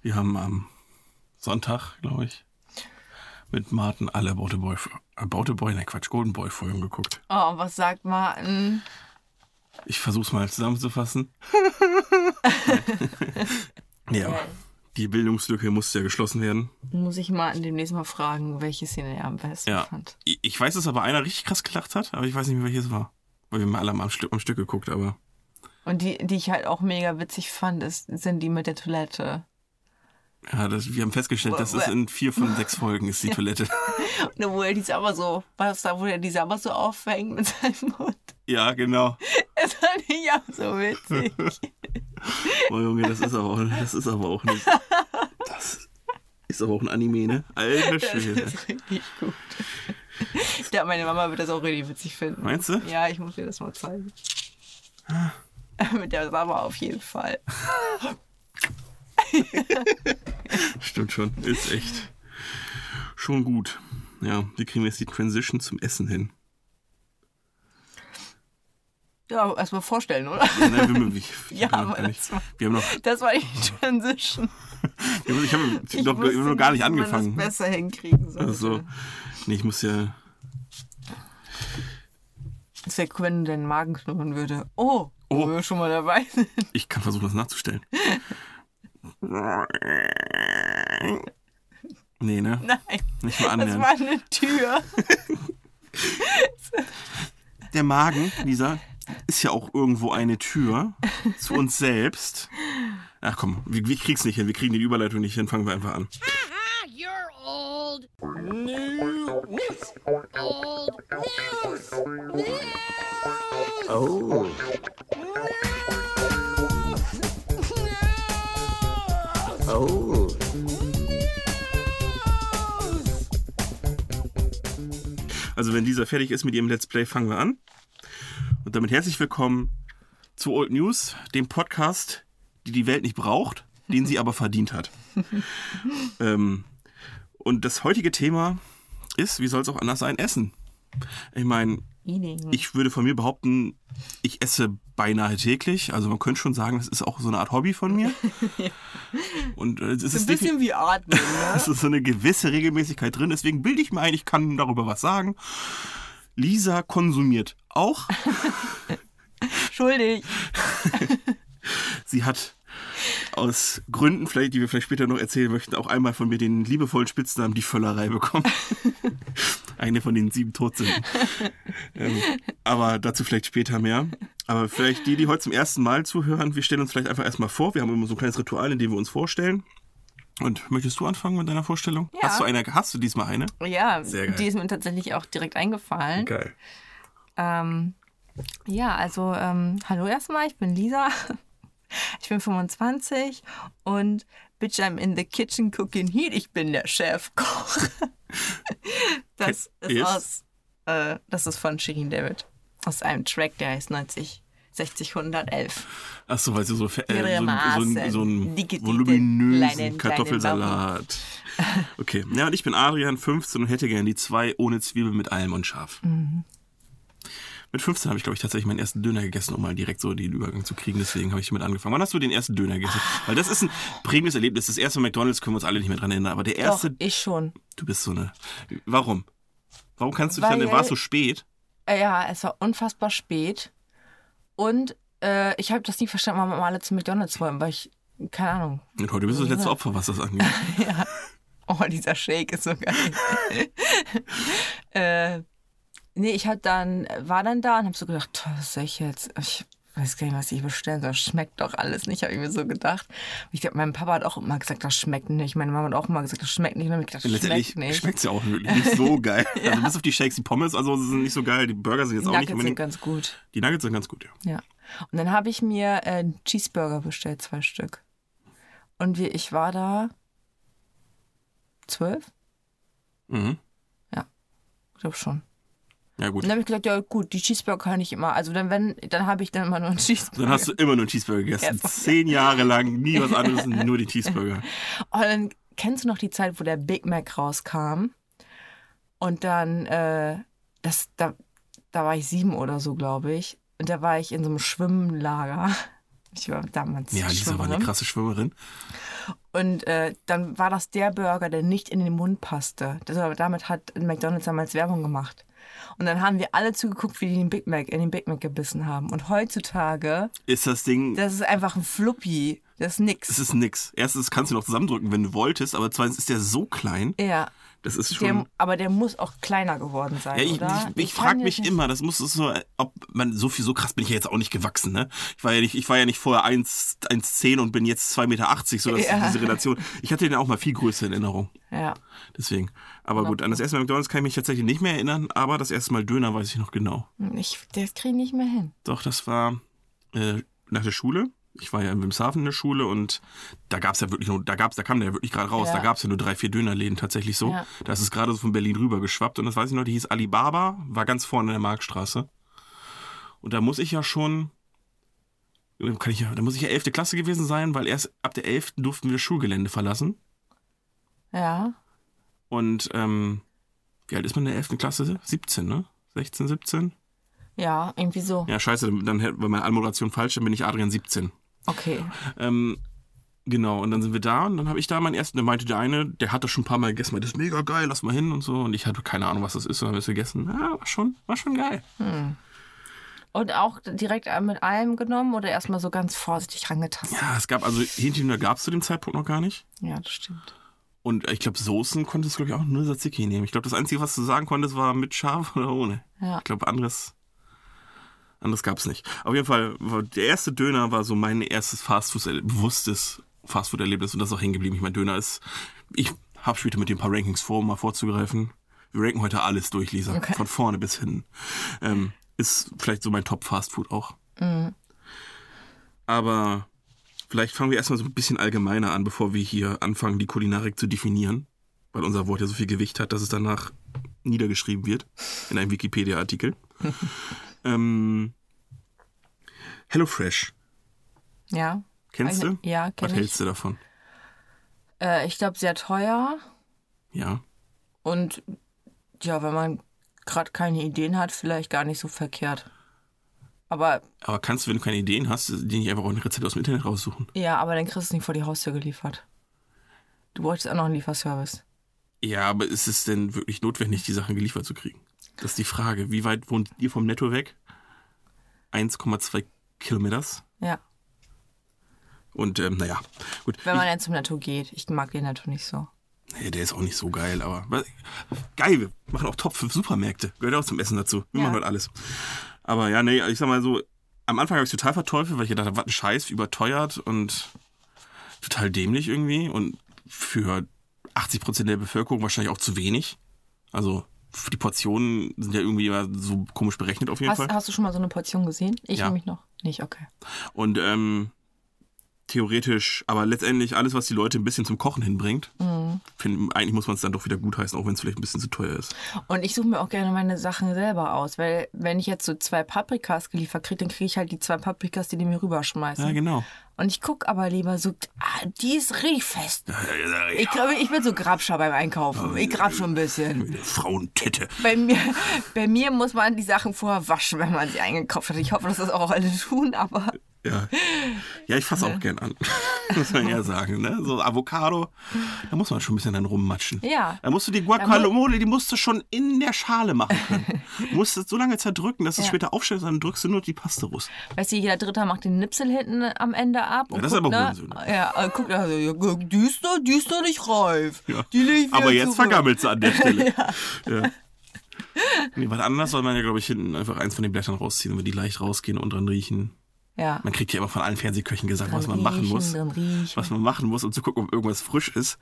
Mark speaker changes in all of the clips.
Speaker 1: Wir haben am Sonntag, glaube ich, mit Martin alle About a Boy, About a Boy, nein Quatsch, Golden Boy Folgen geguckt.
Speaker 2: Oh, was sagt Martin?
Speaker 1: Ich versuche es mal zusammenzufassen. ja,
Speaker 2: Geil.
Speaker 1: die Bildungslücke musste ja geschlossen werden.
Speaker 2: Muss ich Martin demnächst mal fragen, welche Szene er am besten
Speaker 1: Ja.
Speaker 2: fand.
Speaker 1: Ich- Ich weiß, dass aber einer richtig krass gelacht hat, aber ich weiß nicht mehr, welches war. Weil wir haben alle am, am, Stück, am Stück geguckt, aber
Speaker 2: Und die, die ich halt auch mega witzig fand, ist, sind die mit der Toilette.
Speaker 1: ja, das, wir haben festgestellt, das ist in vier von sechs Folgen ist die Toilette.
Speaker 2: Und Ne, wo er die Sabber so, was da, wo er die Sabber so auffängt mit seinem Mund.
Speaker 1: Ja, genau.
Speaker 2: Das fand ich auch so witzig.
Speaker 1: Oh Junge, das ist aber auch, das ist aber auch nicht. Das ist aber auch ein Anime, ne? Alter
Speaker 2: Das
Speaker 1: Schwede.
Speaker 2: ist richtig gut. Ich glaube, meine Mama wird das auch richtig witzig finden.
Speaker 1: Meinst du?
Speaker 2: Ja, ich muss dir das mal zeigen. Mit der Sabber auf jeden Fall.
Speaker 1: Stimmt schon. Ist echt schon gut. Ja, wie kriegen wir jetzt die Transition zum Essen hin?
Speaker 2: Ja, erstmal vorstellen, oder?
Speaker 1: Ja, nein, wir, wir, wir, wir,
Speaker 2: Ja,
Speaker 1: noch
Speaker 2: aber
Speaker 1: gar nicht.
Speaker 2: das war-
Speaker 1: wir haben noch,
Speaker 2: Das war die Transition.
Speaker 1: wir- ich habe
Speaker 2: Ich
Speaker 1: noch,
Speaker 2: wusste
Speaker 1: wir haben noch gar nicht
Speaker 2: wie man
Speaker 1: angefangen.
Speaker 2: Das besser hinkriegen sollte.
Speaker 1: Also, nee, ich muss ja,
Speaker 2: Es wäre cool, wenn du deinen Magen knurren würde. Oh,
Speaker 1: Oh.
Speaker 2: wo wir schon mal dabei sind.
Speaker 1: ich kann versuchen, das nachzustellen. Nee, ne?
Speaker 2: Nein,
Speaker 1: Nicht mal
Speaker 2: das
Speaker 1: annähernd.
Speaker 2: war eine Tür.
Speaker 1: Der Magen, Lisa, ist ja auch irgendwo eine Tür zu uns selbst. Ach komm, wir, wir kriegen's nicht hin, wir kriegen die Überleitung nicht hin, fangen wir einfach an.
Speaker 3: Ah, you're old. News. Old news. News.
Speaker 4: Oh.
Speaker 3: News.
Speaker 4: Oh.
Speaker 1: Also wenn dieser fertig ist mit ihrem Let's Play, fangen wir an. Und damit herzlich willkommen zu Old News, dem Podcast, die die Welt nicht braucht, den sie aber verdient hat. ähm, und das heutige Thema ist, wie soll es auch anders sein, Essen. Ich meine,
Speaker 2: Eating.
Speaker 1: ich würde von mir behaupten, ich esse beinahe täglich. Also man könnte schon sagen, das ist auch so eine Art Hobby von mir. Und äh, es ist,
Speaker 2: ein
Speaker 1: definitiv-
Speaker 2: bisschen wie Atmen, ne?
Speaker 1: es ist so eine gewisse Regelmäßigkeit drin. Deswegen bilde ich mir ein, ich kann darüber was sagen. Lisa konsumiert auch.
Speaker 2: Schuldig.
Speaker 1: Sie hat aus Gründen, vielleicht, die wir vielleicht später noch erzählen möchten, auch einmal von mir den liebevollen Spitznamen die Völlerei bekommen. Eine von den sieben Todsünden. ähm, aber dazu vielleicht später mehr. Aber vielleicht die, die heute zum ersten Mal zuhören, wir stellen uns vielleicht einfach erstmal vor. Wir haben immer so ein kleines Ritual, in dem wir uns vorstellen. Und möchtest du anfangen mit deiner Vorstellung?
Speaker 2: Ja.
Speaker 1: Hast du eine? Hast du diesmal eine?
Speaker 2: Ja,
Speaker 1: Sehr geil.
Speaker 2: die ist mir tatsächlich auch direkt eingefallen.
Speaker 1: Geil.
Speaker 2: Ähm, ja, also ähm, hallo erstmal, ich bin Lisa. Ich bin 25 und Bitch, I'm in the kitchen cooking heat. Ich bin der Chefkoch. Das
Speaker 1: Ke-
Speaker 2: ist,
Speaker 1: ist?
Speaker 2: aus, äh, das ist von Shirin David. Aus einem Track, der heißt 90, 60, 111.
Speaker 1: Ach so, weil sie so, fe- äh, so, ein- so, ein-
Speaker 2: Ihre
Speaker 1: so einen
Speaker 2: Maßen, dicke, dicke, kleinen,
Speaker 1: voluminösen
Speaker 2: kleinen
Speaker 1: Kartoffelsalat. Okay, ja, und ich bin Adrian, 15 und hätte gern die zwei ohne Zwiebel mit Alm und Schaf.
Speaker 2: Mhm.
Speaker 1: Mit 15 habe ich, glaube ich, tatsächlich meinen ersten Döner gegessen, um mal direkt so den Übergang zu kriegen. Deswegen habe ich damit angefangen. Wann hast du den ersten Döner gegessen? Weil das ist ein prägendes Erlebnis. Das erste McDonalds können wir uns alle nicht mehr dran erinnern. Aber der
Speaker 2: Doch,
Speaker 1: erste,
Speaker 2: ich schon.
Speaker 1: du bist so eine. Warum? Warum kannst du dich
Speaker 2: Weil-
Speaker 1: dann, war es so spät?
Speaker 2: Äh, Ja, es war unfassbar spät. Und äh, ich habe das nie verstanden, warum alle zu McDonalds wollen, weil ich, keine Ahnung,
Speaker 1: Und heute bist du das letzte Opfer, was das angeht.
Speaker 2: Oh, dieser Shake ist so geil. äh, nee, ich hab dann, war dann da und habe so gedacht, "Toh, was soll ich jetzt? Ich weiß gar nicht, was ich bestellen soll. Schmeckt doch alles nicht, habe ich mir so gedacht. Ich glaube, mein Papa hat auch immer gesagt, das schmeckt nicht. Meine Mama hat auch immer gesagt, das schmeckt nicht. Und dann hab ich gedacht,
Speaker 1: Und
Speaker 2: das
Speaker 1: Letztendlich
Speaker 2: schmeckt nicht.
Speaker 1: schmeckt es ja auch wirklich nicht so geil. Also bis auf die Shakes, die Pommes, also sind nicht so geil. Die Burger sind jetzt
Speaker 2: Die
Speaker 1: auch nicht
Speaker 2: Nuggets sind
Speaker 1: unbedingt.
Speaker 2: ganz gut.
Speaker 1: Die Nuggets sind ganz gut, ja.
Speaker 2: Ja. Und dann habe ich mir äh, einen Cheeseburger bestellt, zwei Stück. Und wie, ich war da zwölf?
Speaker 1: Mhm.
Speaker 2: Ich glaube schon.
Speaker 1: Ja, gut.
Speaker 2: Und dann habe ich gesagt, ja gut, die Cheeseburger kann ich immer. Also dann, wenn, dann habe ich dann immer nur einen Cheeseburger.
Speaker 1: Dann hast du immer nur einen Cheeseburger gegessen.
Speaker 2: Ja.
Speaker 1: Zehn Jahre lang nie was anderes, nur die Cheeseburger.
Speaker 2: Oh, dann kennst du noch die Zeit, wo der Big Mac rauskam? Und dann, äh, das, da, da war ich sieben oder so, glaube ich. Und da war ich in so einem Schwimmlager. Ich war damals
Speaker 1: Ja, Lisa war eine
Speaker 2: Schwimmerin.
Speaker 1: krasse Schwimmerin.
Speaker 2: Und äh, dann war das der Burger, der nicht in den Mund passte. Das, aber damit hat McDonald's damals Werbung gemacht. Und dann haben wir alle zugeguckt, wie die den Big Mac in den Big Mac gebissen haben. Und heutzutage,
Speaker 1: Ist das Ding.
Speaker 2: das ist einfach ein Fluppi. Das
Speaker 1: Es
Speaker 2: ist nix.
Speaker 1: ist nix. Erstens kannst du ihn noch zusammendrücken, wenn du wolltest, aber zweitens ist der so klein.
Speaker 2: Ja.
Speaker 1: Das ist
Speaker 2: Der,
Speaker 1: schon.
Speaker 2: aber der muss auch kleiner geworden sein,
Speaker 1: ja, ich
Speaker 2: oder?
Speaker 1: ich, ich
Speaker 2: kann
Speaker 1: frage
Speaker 2: jetzt
Speaker 1: mich
Speaker 2: nicht-
Speaker 1: immer, das muss es so, ob man so viel, so krass bin ich ja jetzt auch nicht gewachsen, ne? Ich war ja nicht, ich war ja nicht vorher 1 1,10 und bin jetzt 2,80 Meter, so das
Speaker 2: Ja.
Speaker 1: ist diese Relation. Ich hatte den auch mal viel größer in Erinnerung.
Speaker 2: Ja.
Speaker 1: Deswegen. Aber gut, an das erste Mal McDonalds kann ich mich tatsächlich nicht mehr erinnern, aber das erste Mal Döner weiß ich noch genau.
Speaker 2: Ich, das kriege ich nicht mehr hin.
Speaker 1: Doch, das war äh, nach der Schule. Ich war ja in Wilmshaven in der Schule und da gab's ja wirklich nur, da gab's, da kam der ja wirklich gerade raus.
Speaker 2: Ja.
Speaker 1: Da gab's ja nur drei, vier Dönerläden tatsächlich so.
Speaker 2: Ja.
Speaker 1: Da ist es gerade so von Berlin rüber geschwappt und das weiß ich noch, die hieß Alibaba, war ganz vorne in der Marktstraße. Und da muss ich ja schon, ähm, kann ich ja, da muss ich ja 11. Klasse gewesen sein, weil erst ab der 11. durften wir das Schulgelände verlassen.
Speaker 2: Ja.
Speaker 1: Und ähm, wie alt ist man in der 11. Klasse? 17, ne? 16, 17?
Speaker 2: Ja, irgendwie so.
Speaker 1: Ja, scheiße, dann, dann hätte- war meine Anmoderation falsch, dann bin ich Adrian 17.
Speaker 2: Okay.
Speaker 1: Ähm, genau, und dann sind wir da und dann habe ich da meinen ersten, dann meinte der eine, der hat das schon ein paar Mal gegessen, meinte, das ist mega geil, lass mal hin und so. Und ich hatte keine Ahnung, was das ist und dann habe ich es gegessen. Ah, war schon, war schon geil.
Speaker 2: Und auch direkt mit allem genommen oder erstmal so ganz vorsichtig rangetastet?
Speaker 1: Ja, es gab, also Hähnchendöner gab es zu dem Zeitpunkt noch gar nicht.
Speaker 2: Ja, das stimmt.
Speaker 1: Und ich glaube, Soßen konntest du, glaube ich, auch nur Tzatziki nehmen. Ich glaube, das Einzige, was du sagen konntest, war mit scharf oder ohne.
Speaker 2: Ja.
Speaker 1: Ich glaube, anderes, anderes gab es nicht. Auf jeden Fall, war- der erste Döner war so mein erstes Fastfood, bewusstes Fastfood-Erlebnis und das ist auch hängen geblieben. Ich meine, Döner ist, ich habe später mit dir ein paar Rankings vor, um mal vorzugreifen. Wir ranken heute alles durch, Lisa,
Speaker 2: Okay.
Speaker 1: von vorne bis hinten. Ähm, ist vielleicht so mein Top-Fastfood auch.
Speaker 2: Mhm.
Speaker 1: Aber vielleicht fangen wir erstmal so ein bisschen allgemeiner an, bevor wir hier anfangen, die Kulinarik zu definieren. Weil unser Wort ja so viel Gewicht hat, dass es danach niedergeschrieben wird in einem Wikipedia-Artikel. ähm, HelloFresh,
Speaker 2: Ja.
Speaker 1: kennst du?
Speaker 2: Eine- ja, kenn
Speaker 1: Was
Speaker 2: ich.
Speaker 1: hältst du davon?
Speaker 2: Äh, ich glaube, sehr teuer.
Speaker 1: Ja.
Speaker 2: Und ja, wenn man gerade keine Ideen hat, vielleicht gar nicht so verkehrt. Aber
Speaker 1: Aber kannst du, wenn du keine Ideen hast, die nicht einfach auch ein Rezept aus dem Internet raussuchen?
Speaker 2: ja, aber dann kriegst du es nicht vor die Haustür geliefert. Du bräuchtest auch noch einen Lieferservice.
Speaker 1: Ja, aber ist es denn wirklich notwendig, die Sachen geliefert zu kriegen? Das ist die Frage. Wie weit wohnt ihr vom Netto weg? 1,2 Kilometers.
Speaker 2: Ja.
Speaker 1: Und ähm, naja, gut.
Speaker 2: Wenn man dann zum Netto geht. Ich mag den Netto nicht so.
Speaker 1: Ja, der ist auch nicht so geil, aber was, geil, wir machen auch Top 5 Supermärkte. Gehört auch zum Essen dazu. Wir
Speaker 2: Ja.
Speaker 1: machen heute alles. Aber ja, nee, ich sag mal so, am Anfang habe ich es total verteufelt, weil ich gedacht habe, was ein Scheiß, überteuert und total dämlich irgendwie und für 80% der Bevölkerung wahrscheinlich auch zu wenig. Also die Portionen sind ja irgendwie immer so komisch berechnet auf jeden
Speaker 2: Hast,
Speaker 1: Fall.
Speaker 2: hast du schon mal so eine Portion gesehen? Ich
Speaker 1: Ja.
Speaker 2: nämlich noch. Nicht, okay.
Speaker 1: Und ähm, theoretisch, aber letztendlich alles, was die Leute ein bisschen zum Kochen hinbringt, find, eigentlich muss man es dann doch wieder gutheißen, auch wenn es vielleicht ein bisschen zu teuer ist.
Speaker 2: Und ich suche mir auch gerne meine Sachen selber aus, weil wenn ich jetzt so zwei Paprikas geliefert kriege, dann kriege ich halt die zwei Paprikas, die die mir rüberschmeißen.
Speaker 1: Ja, genau.
Speaker 2: Und ich gucke aber lieber so, ah, die ist richtig fest. Äh, Ich glaube, ich bin so Grabscher beim Einkaufen. Ich grab schon ein bisschen.
Speaker 1: Eine Frauentitte.
Speaker 2: Bei mir, bei mir muss man die Sachen vorher waschen, wenn man sie eingekauft hat. Ich hoffe, dass das auch alle tun, aber
Speaker 1: Ja, ja ich fasse auch gern an. muss man ja sagen. Ne? So Avocado, da muss man schon ein bisschen dann rummatschen.
Speaker 2: Ja.
Speaker 1: Da musst du die Guacamole, die musst du schon in der Schale machen können. Du musst es so lange zerdrücken, dass du es
Speaker 2: Ja.
Speaker 1: später aufstellst, dann drückst du nur die Paste raus.
Speaker 2: weißt du, jeder Dritter macht den Nipsel hinten am Ende ab. und
Speaker 1: Ja, das ist
Speaker 2: guckt,
Speaker 1: aber
Speaker 2: ne?
Speaker 1: Hurensohn.
Speaker 2: Ja, äh, guckt also, ja, guck, die ist noch, die ist noch nicht reif.
Speaker 1: Ja.
Speaker 2: Die lege ich wieder
Speaker 1: Aber jetzt
Speaker 2: zurück.
Speaker 1: vergammelt sie an der Stelle. ja. Nee, was anders soll man ja, glaube ich, hinten einfach eins von den Blättern rausziehen, wenn die leicht rausgehen und dran riechen.
Speaker 2: Ja.
Speaker 1: Man kriegt ja immer von allen Fernsehköchen gesagt, was
Speaker 2: Dran
Speaker 1: man machen
Speaker 2: riechen,
Speaker 1: muss.
Speaker 2: dran riechen.
Speaker 1: Was man machen muss, um zu gucken, ob irgendwas frisch ist.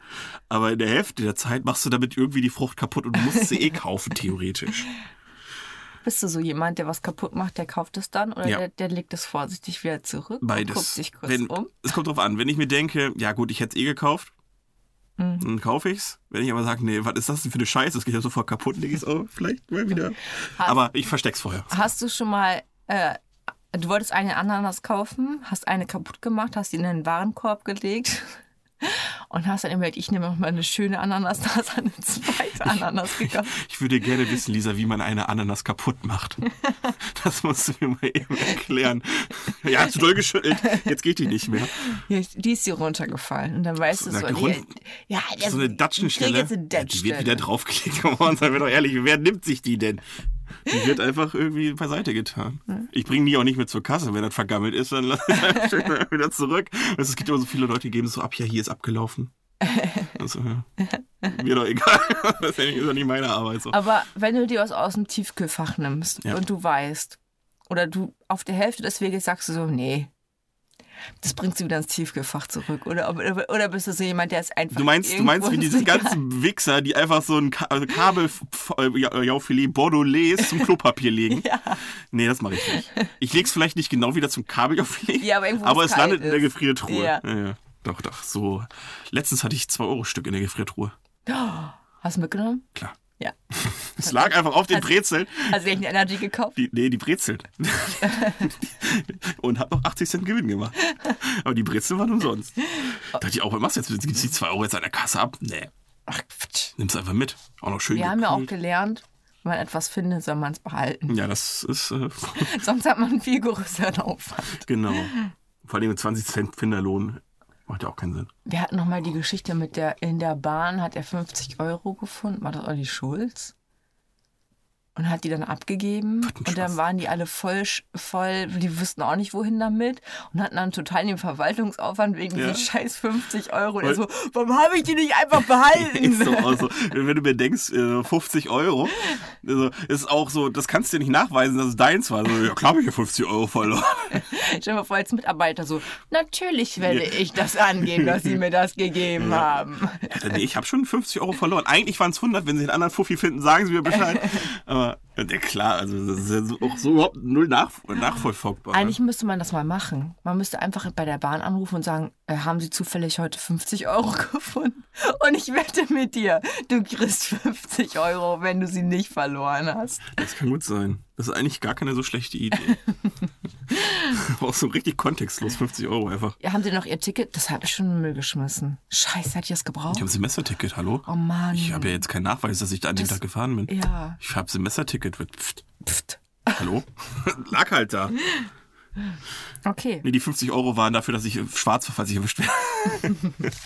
Speaker 1: Aber in der Hälfte der Zeit machst du damit irgendwie die Frucht kaputt und musst sie eh kaufen, theoretisch.
Speaker 2: Bist du so jemand, der was kaputt macht, der kauft es dann oder
Speaker 1: Ja.
Speaker 2: der, der legt es vorsichtig wieder zurück und
Speaker 1: Beides.
Speaker 2: guckt sich kurz
Speaker 1: wenn,
Speaker 2: um?
Speaker 1: Es kommt drauf an. Wenn ich mir denke, ja gut, ich hätte es eh gekauft,
Speaker 2: Mhm.
Speaker 1: dann kaufe ich's. Wenn ich aber sage, nee, was ist das denn für eine Scheiße? Das geht ja sofort kaputt, lege ich es auch oh, vielleicht mal wieder. Aber ich versteck's vorher.
Speaker 2: Hast du schon mal, äh, du wolltest eine Ananas kaufen, hast eine kaputt gemacht, hast sie in den Warenkorb gelegt Und hast dann überlegt, ich nehme noch mal eine schöne Ananas, da hast du eine zweite Ananas gekauft.
Speaker 1: Ich würde gerne wissen, Lisa, wie man eine Ananas kaputt macht. Das musst du mir mal eben erklären. Ja, zu doll geschüttelt. Jetzt geht die nicht mehr.
Speaker 2: Ja, ich- die ist hier runtergefallen. Und dann weißt du
Speaker 1: na,
Speaker 2: so,
Speaker 1: Grund-
Speaker 2: die, ja, der-
Speaker 1: So eine
Speaker 2: die
Speaker 1: Datschenstelle.
Speaker 2: kriegt jetzt eine
Speaker 1: Ja, Die wird
Speaker 2: Datschenstelle.
Speaker 1: wieder draufgelegt geworden, seien wir doch ehrlich. Wer nimmt sich die denn? Die wird einfach irgendwie beiseite getan. Ich bringe die auch nicht mehr zur Kasse. Wenn das vergammelt ist, dann lass ich das schön wieder zurück. Also es gibt immer so viele Leute, die geben es so ab, ja, hier ist abgelaufen. Also, ja. Mir doch egal. Das ist ja nicht meine Arbeit. So.
Speaker 2: Aber wenn du die was aus dem Tiefkühlfach nimmst
Speaker 1: Ja.
Speaker 2: und du weißt, oder du auf der Hälfte des Weges sagst du so, nee, das bringt sie wieder ins Tiefkühlfach zurück. Oder, oder, oder bist du so jemand, der es einfach.
Speaker 1: Du meinst, du
Speaker 2: irgendwo
Speaker 1: meinst wie
Speaker 2: ins
Speaker 1: diese
Speaker 2: Regal-
Speaker 1: ganzen Wichser, die einfach so ein Ka also Kabel, F- F- äh, ja, ja, Filet Bordelais zum Klopapier legen. Nee, das mache ich nicht. Ich leg's vielleicht nicht genau wieder zum Kabeljaufilet,
Speaker 2: Ja, aber irgendwo, wo
Speaker 1: aber
Speaker 2: es
Speaker 1: es landet
Speaker 2: kalt
Speaker 1: in der
Speaker 2: ist.
Speaker 1: Gefriertruhe.
Speaker 2: Ja.
Speaker 1: Ja. Ja, doch, doch, so. Letztens hatte ich 2-Euro-Stück in der Gefriertruhe.
Speaker 2: Hast du mitgenommen?
Speaker 1: Klar.
Speaker 2: Ja.
Speaker 1: Es lag einfach auf den Brezeln.
Speaker 2: Hast du echt eine Energy gekauft?
Speaker 1: Die, nee, die Brezeln. Und hab noch 80 Cent Gewinn gemacht. Aber die Brezeln waren umsonst. Dachte ich auch, was machst du jetzt? Gibst du die 2 Euro jetzt an der Kasse ab? Nee,
Speaker 2: Ach, Quatsch.
Speaker 1: nimm's einfach mit. Auch noch schön
Speaker 2: Wir haben ja auch
Speaker 1: gekühlt.
Speaker 2: gelernt, wenn man etwas findet, soll man es behalten.
Speaker 1: Ja, das ist äh,
Speaker 2: Sonst hat man einen viel größeren Aufwand.
Speaker 1: genau. Vor allem mit 20 Cent Finderlohn macht ja auch keinen Sinn.
Speaker 2: Wir hatten nochmal die Geschichte mit der, in der Bahn hat er 50 Euro gefunden. War das Olli Schulz? Und hat die dann abgegeben.
Speaker 1: ein
Speaker 2: Und dann
Speaker 1: Spaß.
Speaker 2: waren die alle voll, sch- voll, die wussten auch nicht, wohin damit. Und hatten dann total den Verwaltungsaufwand wegen
Speaker 1: Ja.
Speaker 2: diesen scheiß 50 Euro. Und er
Speaker 1: Weil-
Speaker 2: so, warum habe ich die nicht einfach behalten?
Speaker 1: Ist so, also, wenn du mir denkst, äh, 50 Euro, also, ist auch so, das kannst du dir nicht nachweisen, dass es deins war. So, ja, klar habe ich hier 50 Euro verloren.
Speaker 2: Stell dir mal vor, als Mitarbeiter so, natürlich werde ich das angeben, dass sie mir das gegeben haben.
Speaker 1: Ja, Äh, nee, ich habe schon 50 Euro verloren. Eigentlich waren es 100, wenn sie den anderen Fuffi finden, sagen sie mir Bescheid. Aber, ja, klar, also, das ist ja so- auch so überhaupt null nach, nachvollfolgbar. ne?
Speaker 2: Eigentlich müsste man das mal machen. Man müsste einfach bei der Bahn anrufen und sagen, äh, haben Sie zufällig heute 50 Euro gefunden? Und ich wette mit dir, du kriegst 50 Euro, wenn du sie nicht verloren hast.
Speaker 1: Das kann gut sein. Das ist eigentlich gar keine so schlechte Idee. auch so richtig kontextlos, 50 Euro einfach.
Speaker 2: Ja, haben Sie noch Ihr Ticket? Das habe ich schon in den Müll geschmissen. Scheiße, hätte ich das
Speaker 1: Ich
Speaker 2: gebraucht?
Speaker 1: habe ein Semesterticket, hallo?
Speaker 2: Oh Mann.
Speaker 1: Ich habe ja jetzt keinen Nachweis, dass ich da an dem
Speaker 2: Das-
Speaker 1: Tag gefahren bin.
Speaker 2: Ja.
Speaker 1: Ich habe Semesterticket. Mit. Pft,
Speaker 2: Pft.
Speaker 1: hallo? Lag halt da.
Speaker 2: Okay.
Speaker 1: Nee, die 50 Euro waren dafür, dass ich äh, schwarz war, falls ich erwischt werde.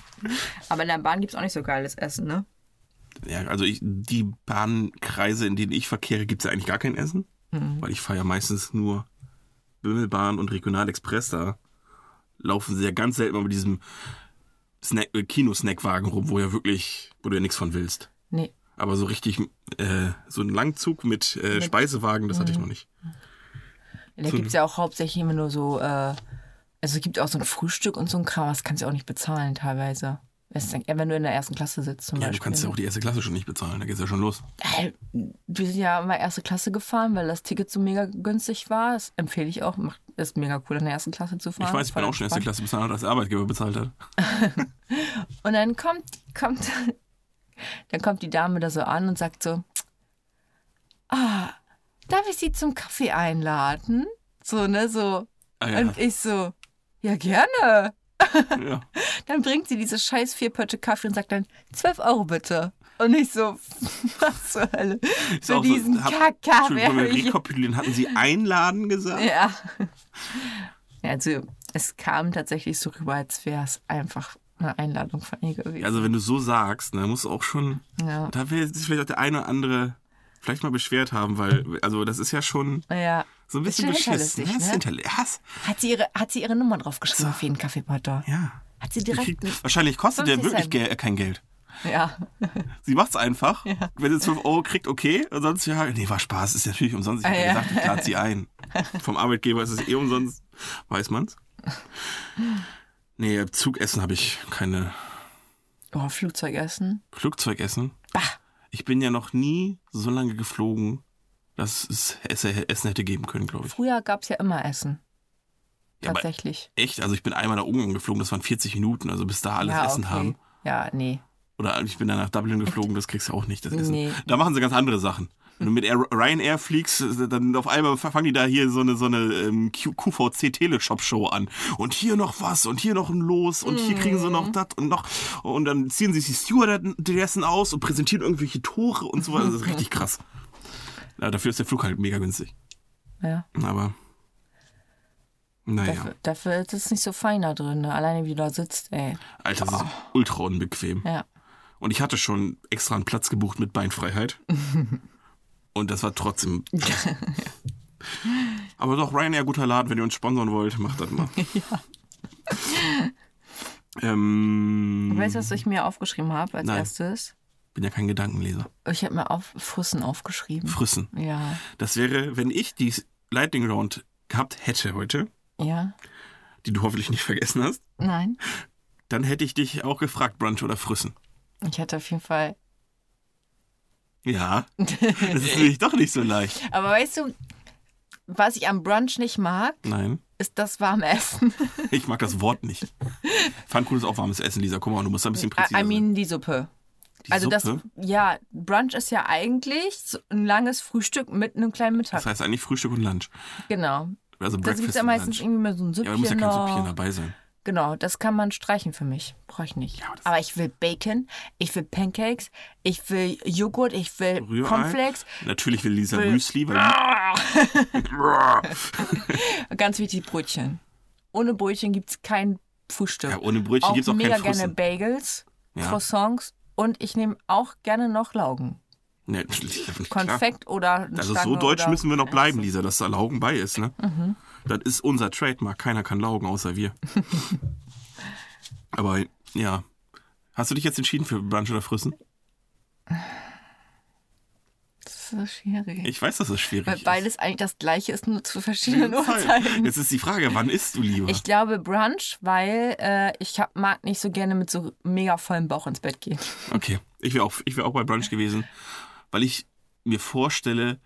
Speaker 2: Aber in der Bahn gibt es auch nicht so geiles Essen, ne?
Speaker 1: Ja, also ich, die Bahnkreise, in denen ich verkehre, gibt es ja eigentlich gar kein Essen.
Speaker 2: Mhm.
Speaker 1: Weil ich fahre ja meistens nur Bimmelbahn und Regionalexpress da. Laufen sie ja ganz selten mal mit diesem Snack, äh, Kinosnackwagen rum, wo ja wirklich, wo du ja nichts von willst.
Speaker 2: Nee.
Speaker 1: Aber so richtig, äh, so einen Langzug mit, äh,
Speaker 2: Mit- Mhm.
Speaker 1: Speisewagen, das hatte ich noch nicht.
Speaker 2: Da
Speaker 1: So-
Speaker 2: gibt es ja auch hauptsächlich immer nur so, äh, also es gibt auch so ein Frühstück und so ein Kram, das kannst du auch nicht bezahlen teilweise. Weißt du, Wenn du in der ersten Klasse sitzt zum
Speaker 1: Ja, du
Speaker 2: Beispiel.
Speaker 1: kannst ja
Speaker 2: ne?
Speaker 1: auch die erste Klasse schon nicht bezahlen, da geht's ja schon los.
Speaker 2: Äh, Wir sind ja immer erste Klasse gefahren, weil das Ticket so mega günstig war. Das empfehle ich auch. Macht, ist mega cool, in der ersten Klasse zu fahren.
Speaker 1: Ich weiß, ich bin
Speaker 2: Voll
Speaker 1: auch schon erste
Speaker 2: entspannt.
Speaker 1: Klasse bezahlt, als der Arbeitgeber bezahlt hat.
Speaker 2: Und dann kommt, kommt, dann kommt die Dame da so an und sagt so, ah, darf ich Sie zum Kaffee einladen? So, ne, so.
Speaker 1: Ah, ja,
Speaker 2: Und ich so, ja gerne.
Speaker 1: ja.
Speaker 2: Dann bringt sie diese scheiß vier Pötte Kaffee und sagt dann, 12 Euro bitte. Und ich so, was zur Hölle? Für
Speaker 1: auch so,
Speaker 2: diesen
Speaker 1: hab-
Speaker 2: Kackkaffee.
Speaker 1: Entschuldigung,
Speaker 2: habe
Speaker 1: wenn wir
Speaker 2: ich-
Speaker 1: rekapitulieren, hatten Sie einladen gesagt?
Speaker 2: Ja. ja. Also es kam tatsächlich so rüber, als wäre es einfach eine Einladung von ihr gewesen.
Speaker 1: Also wenn du so sagst, ne, musst du auch schon,
Speaker 2: Ja.
Speaker 1: da wird sich vielleicht auch der eine oder andere vielleicht mal beschwert haben, weil, also das ist ja schon
Speaker 2: ja.
Speaker 1: so ein bisschen
Speaker 2: Bisschen
Speaker 1: beschissen.
Speaker 2: hinterlistig,
Speaker 1: Das ist
Speaker 2: ne?
Speaker 1: hinterli- Hass.
Speaker 2: Hat, sie ihre, hat sie ihre Nummer draufgeschrieben auf jeden Kaffeepotter?
Speaker 1: Ja.
Speaker 2: Hat sie
Speaker 1: Die
Speaker 2: direkt...
Speaker 1: kriegt, wahrscheinlich kostet der
Speaker 2: 50
Speaker 1: wirklich
Speaker 2: Cent.
Speaker 1: Gel- äh, kein Geld.
Speaker 2: Ja.
Speaker 1: Sie macht's einfach. Wenn sie 12 Euro kriegt, okay. Ansonsten, ja, nee, war Spaß. Ist natürlich umsonst. Ich hab
Speaker 2: Ah,
Speaker 1: ja.
Speaker 2: ja.
Speaker 1: gesagt, ich lade sie ein. Vom Arbeitgeber ist es eh umsonst. Weiß man's? Nee, Zugessen habe ich keine
Speaker 2: Oh, Flugzeugessen.
Speaker 1: Flugzeugessen. Ich bin ja noch nie so lange geflogen, dass es Ess- Essen hätte geben können, glaube ich.
Speaker 2: Früher gab es ja immer Essen.
Speaker 1: Ja, aber
Speaker 2: tatsächlich.
Speaker 1: echt, also ich bin einmal nach Ungarn geflogen, das waren 40 Minuten, also bis da alles
Speaker 2: ja,
Speaker 1: Essen
Speaker 2: okay.
Speaker 1: haben.
Speaker 2: Ja, nee.
Speaker 1: Oder ich bin dann nach Dublin geflogen, das kriegst du auch nicht, das Essen.
Speaker 2: Nee.
Speaker 1: Da machen sie ganz andere Sachen. Wenn du mit Air, Ryanair fliegst, dann auf einmal fangen die da hier so eine, so eine ähm, Q- QVC-Teleshop-Show an. Und hier noch was und hier noch ein Los und hier kriegen sie
Speaker 2: Mhm.
Speaker 1: noch das und noch. Und dann ziehen sie sich Stewardessen aus und präsentieren irgendwelche Tore und so weiter. Das ist richtig krass. Ja, dafür ist der Flug halt mega günstig.
Speaker 2: Ja.
Speaker 1: Aber. Naja.
Speaker 2: ne? Dafür, dafür ist es nicht so fein da drin, ne? alleine wie du da sitzt, ey.
Speaker 1: Alter, das ist ultra unbequem.
Speaker 2: Ja.
Speaker 1: Und ich hatte schon extra einen Platz gebucht mit Beinfreiheit. Und das war trotzdem. Aber doch, Ryanair, guter Laden, wenn ihr uns sponsern wollt, macht das mal. Ähm,
Speaker 2: Weißt du, was ich mir aufgeschrieben habe als
Speaker 1: Nein.
Speaker 2: erstes?
Speaker 1: bin ja kein Gedankenleser.
Speaker 2: Ich habe mir auf Frissen aufgeschrieben.
Speaker 1: Frissen.
Speaker 2: Ja,
Speaker 1: Das wäre, wenn ich die Lightning Round gehabt hätte heute,
Speaker 2: ja,
Speaker 1: die du hoffentlich nicht vergessen hast,
Speaker 2: nein.
Speaker 1: dann hätte ich dich auch gefragt, Brunch oder Frissen.
Speaker 2: Ich hatte auf jeden Fall.
Speaker 1: Ja, das ist nämlich doch nicht so leicht.
Speaker 2: Aber weißt du, was ich am Brunch nicht mag,
Speaker 1: Nein.
Speaker 2: ist das warme Essen.
Speaker 1: Ich mag das Wort nicht. Pfannkuchen ist auch warmes Essen, Lisa. Guck mal, du musst da ein bisschen präziser
Speaker 2: I mean, die Suppe.
Speaker 1: sein. Die
Speaker 2: also
Speaker 1: Suppe,
Speaker 2: das, ja, Brunch ist ja eigentlich so ein langes Frühstück mit einem kleinen Mittag.
Speaker 1: das heißt eigentlich Frühstück und Lunch.
Speaker 2: genau.
Speaker 1: Also
Speaker 2: Das gibt
Speaker 1: Breakfast
Speaker 2: ja
Speaker 1: und
Speaker 2: meistens
Speaker 1: Lunch.
Speaker 2: irgendwie mal so ein
Speaker 1: Ja,
Speaker 2: Süppchen
Speaker 1: aber da muss ja kein
Speaker 2: noch.
Speaker 1: Süppchen dabei sein.
Speaker 2: Genau, das kann man streichen für mich. Brauche ich nicht.
Speaker 1: aber
Speaker 2: aber,
Speaker 1: das-
Speaker 2: ich will Bacon, ich will Pancakes, ich will Joghurt, ich will
Speaker 1: Rührei.
Speaker 2: Cornflakes.
Speaker 1: Natürlich will Lisa
Speaker 2: Will-
Speaker 1: Müsli, weil
Speaker 2: Ganz wichtig Brötchen. Ohne Brötchen gibt es kein Frühstück.
Speaker 1: ja, ohne Brötchen
Speaker 2: auch
Speaker 1: gibt es auch
Speaker 2: mega
Speaker 1: kein
Speaker 2: gerne
Speaker 1: Frissen.
Speaker 2: Bagels,
Speaker 1: Ja.
Speaker 2: Croissants und ich nehme auch gerne noch Laugen.
Speaker 1: Nee, natürlich, nicht klar.
Speaker 2: Konfekt oder eine
Speaker 1: Also so
Speaker 2: Stange
Speaker 1: deutsch
Speaker 2: oder, Mhm.
Speaker 1: müssen wir noch bleiben, Lisa, dass da Laugen bei ist. Ne? Das ist unser Trademark. Keiner kann Laugen, außer wir. aber ja. Hast du dich jetzt entschieden für Brunch oder Frissen?
Speaker 2: Das ist schwierig.
Speaker 1: Ich weiß, dass es schwierig
Speaker 2: Weil
Speaker 1: ist.
Speaker 2: beides eigentlich das gleiche ist, nur zu verschiedenen Uhrzeiten.
Speaker 1: Jetzt ist die Frage, wann isst du lieber?
Speaker 2: Ich glaube Brunch, weil äh, ich hab, mag nicht so gerne mit so mega vollem Bauch ins Bett gehen.
Speaker 1: Okay, ich wäre auch, ich wär auch bei Brunch gewesen, weil ich mir vorstelle,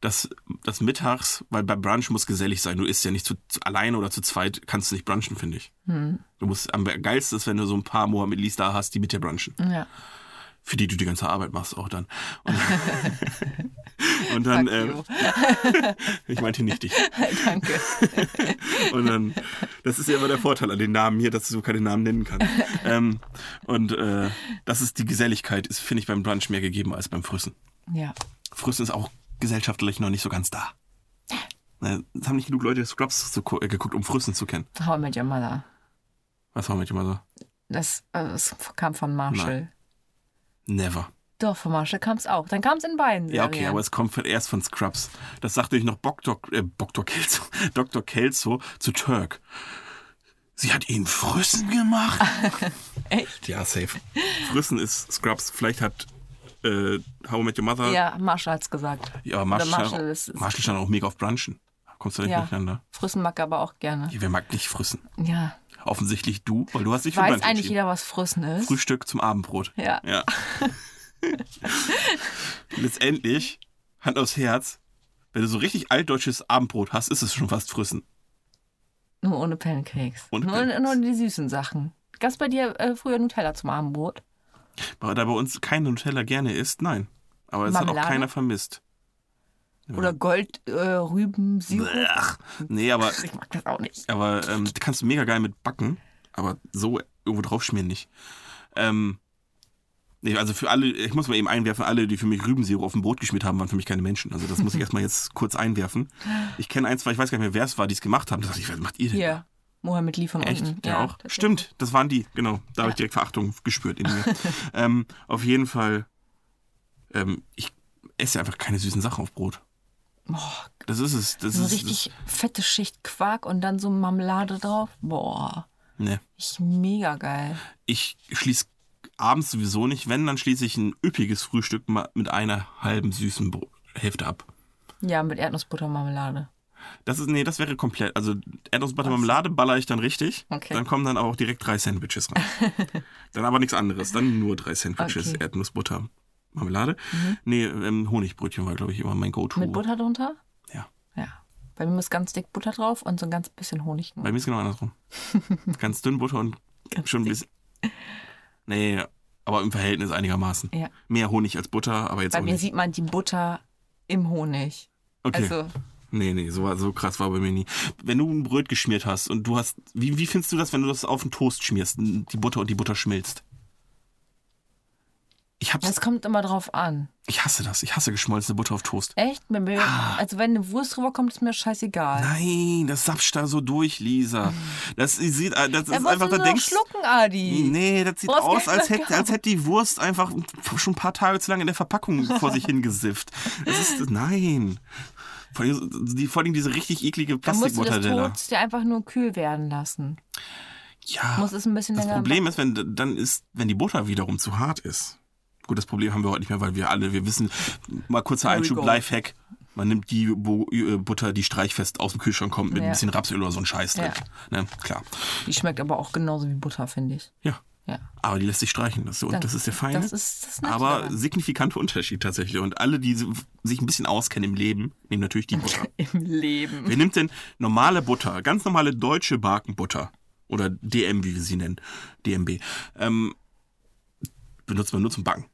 Speaker 1: dass, dass mittags, weil bei Brunch muss gesellig sein. Du isst ja nicht zu, zu alleine oder zu zweit, kannst du nicht brunchen, finde ich.
Speaker 2: Hm.
Speaker 1: Du musst, am geilsten ist, wenn du so ein paar Mohammed Lees da hast, die mit dir brunchen.
Speaker 2: Ja.
Speaker 1: Für die du die ganze Arbeit machst auch dann. Und, und dann,
Speaker 2: Fuck
Speaker 1: äh,
Speaker 2: you.
Speaker 1: ich meinte nicht dich.
Speaker 2: Danke.
Speaker 1: Und dann, das ist ja immer der Vorteil an den Namen hier, dass du so keine Namen nennen kannst. Ähm, und äh, das ist die Geselligkeit, ist, finde ich, beim Brunch mehr gegeben als beim Früssen.
Speaker 2: Ja.
Speaker 1: Früssen ist auch gesellschaftlich noch nicht so ganz da. Ne, Es haben nicht genug Leute Scrubs zu, gu- äh, geguckt, um Früssen zu kennen.
Speaker 2: How I Met Your Mother.
Speaker 1: Was war mit immer so?
Speaker 2: Das, also, das kam von Marshall.
Speaker 1: Never.
Speaker 2: Doch, von Marshall kam es auch. Dann kam es in beiden
Speaker 1: Ja,
Speaker 2: Serien.
Speaker 1: okay, aber es kommt von- erst von Scrubs. Das sagte ich noch Bock, Doc, äh, Bock, Doc Kelso, Dr. Kelso zu Turk. Sie hat ihn Früssen gemacht.
Speaker 2: Echt?
Speaker 1: Ja, safe. Früssen ist Scrubs. Vielleicht hat äh, How I Met Your Mother.
Speaker 2: Ja, Marshall hat's gesagt.
Speaker 1: ja
Speaker 2: Oder
Speaker 1: Marshall,
Speaker 2: Marshall ist-
Speaker 1: stand, Marshall stand auch mega auf Brunchen. Kommst du da nicht
Speaker 2: Ja.
Speaker 1: durcheinander?
Speaker 2: Frissen mag er aber auch gerne.
Speaker 1: Wer mag nicht Früssen?
Speaker 2: Ja.
Speaker 1: Offensichtlich du, weil du hast dich für
Speaker 2: Weiß
Speaker 1: Brunch
Speaker 2: eigentlich
Speaker 1: entschieden.
Speaker 2: jeder, was Frissen ist?
Speaker 1: Frühstück zum Abendbrot.
Speaker 2: Ja.
Speaker 1: Ja. Letztendlich, Hand aufs Herz, wenn du so richtig altdeutsches Abendbrot hast, ist es schon fast Früssen.
Speaker 2: Nur ohne Pancakes.
Speaker 1: Ohne
Speaker 2: nur,
Speaker 1: Pancakes.
Speaker 2: nur die süßen Sachen. Gab's bei dir äh, früher Nutella zum Abendbrot?
Speaker 1: Aber da bei uns kein Nutella gerne isst, nein. Aber es hat auch
Speaker 2: Marmelade?
Speaker 1: keiner vermisst.
Speaker 2: Oder Gold, äh, Rüben, Sirup?
Speaker 1: Ach, nee, aber,
Speaker 2: Ich mag das auch nicht.
Speaker 1: aber ähm, das kannst du mega geil mit backen, aber so irgendwo draufschmieren nicht. Ähm, nee, also für alle, ich muss mal eben einwerfen, alle, die für mich Rübensirup auf dem Brot geschmiert haben, waren für mich keine Menschen. Also das muss ich erstmal jetzt kurz einwerfen. Ich kenne eins, zwei, ich weiß gar nicht mehr, wer es war, die es gemacht haben. Da dachte ich, was macht ihr denn?
Speaker 2: Hier, Mohammed Lee von
Speaker 1: Echt?
Speaker 2: unten.
Speaker 1: Der
Speaker 2: Mhm, ja,
Speaker 1: auch? Stimmt, das waren die, genau. Da habe ich direkt Verachtung gespürt in mir. ähm, auf jeden Fall, ähm, ich esse einfach keine süßen Sachen auf Brot.
Speaker 2: Boah,
Speaker 1: Das ist es. Das
Speaker 2: so eine
Speaker 1: ist
Speaker 2: richtig fette Schicht Quark und dann so Marmelade drauf. Boah,
Speaker 1: Es. Nee.
Speaker 2: ich mega geil.
Speaker 1: Ich schließe abends sowieso nicht. Wenn, dann schließe ich ein üppiges Frühstück ma- mit einer halben süßen Bro Hälfte ab.
Speaker 2: Ja, mit Erdnussbutter und Marmelade.
Speaker 1: Das ist, nee, das wäre komplett. Also Erdnussbutter Marmelade baller ich dann richtig.
Speaker 2: Okay.
Speaker 1: Dann kommen dann aber auch direkt drei Sandwiches rein. dann aber nichts anderes. Dann nur drei Sandwiches,
Speaker 2: Okay. Mhm.
Speaker 1: Erdnussbutter. Marmelade? Nee, ähm, Honigbrötchen war, glaube ich, immer mein Go-To.
Speaker 2: Mit Butter drunter?
Speaker 1: Ja.
Speaker 2: Ja. Bei mir muss ganz dick Butter drauf und so ein ganz bisschen Honig.
Speaker 1: Bei mir ist genau andersrum. Ganz dünn Butter und schon ein bisschen. Nee, aber im Verhältnis einigermaßen.
Speaker 2: Ja.
Speaker 1: Mehr Honig als Butter, aber jetzt
Speaker 2: Bei
Speaker 1: auch
Speaker 2: mir
Speaker 1: nicht.
Speaker 2: sieht man die Butter im Honig.
Speaker 1: Okay.
Speaker 2: Also,
Speaker 1: Nee, nee, so, war- so krass war bei mir nie. Wenn du ein Bröt geschmiert hast und du hast. Wie, wie findest du das, wenn du das auf den Toast schmierst, n- die Butter und die Butter schmilzt? Ich, hab's,
Speaker 2: das kommt immer drauf an.
Speaker 1: ich hasse das. Ich hasse geschmolzene Butter auf Toast.
Speaker 2: Echt? Wenn mir- Also, wenn eine Wurst rüberkommt, ist mir scheißegal.
Speaker 1: Ah. Nein, das sapscht da so durch, Lisa. Das sieht, äh, das ist
Speaker 2: Da musst
Speaker 1: einfach,
Speaker 2: du
Speaker 1: da
Speaker 2: nur
Speaker 1: denkst
Speaker 2: schlucken, Adi.
Speaker 1: Nee, das sieht
Speaker 2: Brauchst
Speaker 1: aus,
Speaker 2: keinen
Speaker 1: als hätte, als hätte die Wurst einfach schon ein paar Tage zu lange in der Verpackung vor sich hingesifft. Das ist, nein. Vor allem, die, vor allem diese richtig eklige
Speaker 2: Dann musst du das
Speaker 1: Plastikmortadella.
Speaker 2: Toast ja einfach nur kühl werden lassen.
Speaker 1: Ja.
Speaker 2: Muss es ein bisschen
Speaker 1: Das
Speaker 2: länger.
Speaker 1: Problem ist, wenn dann ist, wenn die Butter wiederum zu hart ist. Gut, das Problem haben wir heute nicht mehr, weil wir alle, wir wissen, mal kurzer
Speaker 2: There we
Speaker 1: Einschub,
Speaker 2: go.
Speaker 1: Lifehack. Man nimmt die Bo äh, Butter, die streichfest aus dem Kühlschrank kommt, mit
Speaker 2: Ja.
Speaker 1: ein bisschen Rapsöl oder so ein Scheiß drin. Ne? Klar.
Speaker 2: Die schmeckt aber auch genauso wie Butter, finde ich.
Speaker 1: Ja.
Speaker 2: Ja.
Speaker 1: Aber die lässt sich streichen. Das, und
Speaker 2: Dann-
Speaker 1: das ist der Feine.
Speaker 2: das ist das Nette
Speaker 1: Aber
Speaker 2: daran.
Speaker 1: signifikanter Unterschied tatsächlich. Und alle, die so- sich ein bisschen auskennen im Leben, nehmen natürlich die Butter.
Speaker 2: Im Leben.
Speaker 1: Wer nimmt denn normale Butter, ganz normale deutsche Markenbutter oder DM, wie wir sie nennen, DMB, ähm, benutzt man nur zum Backen.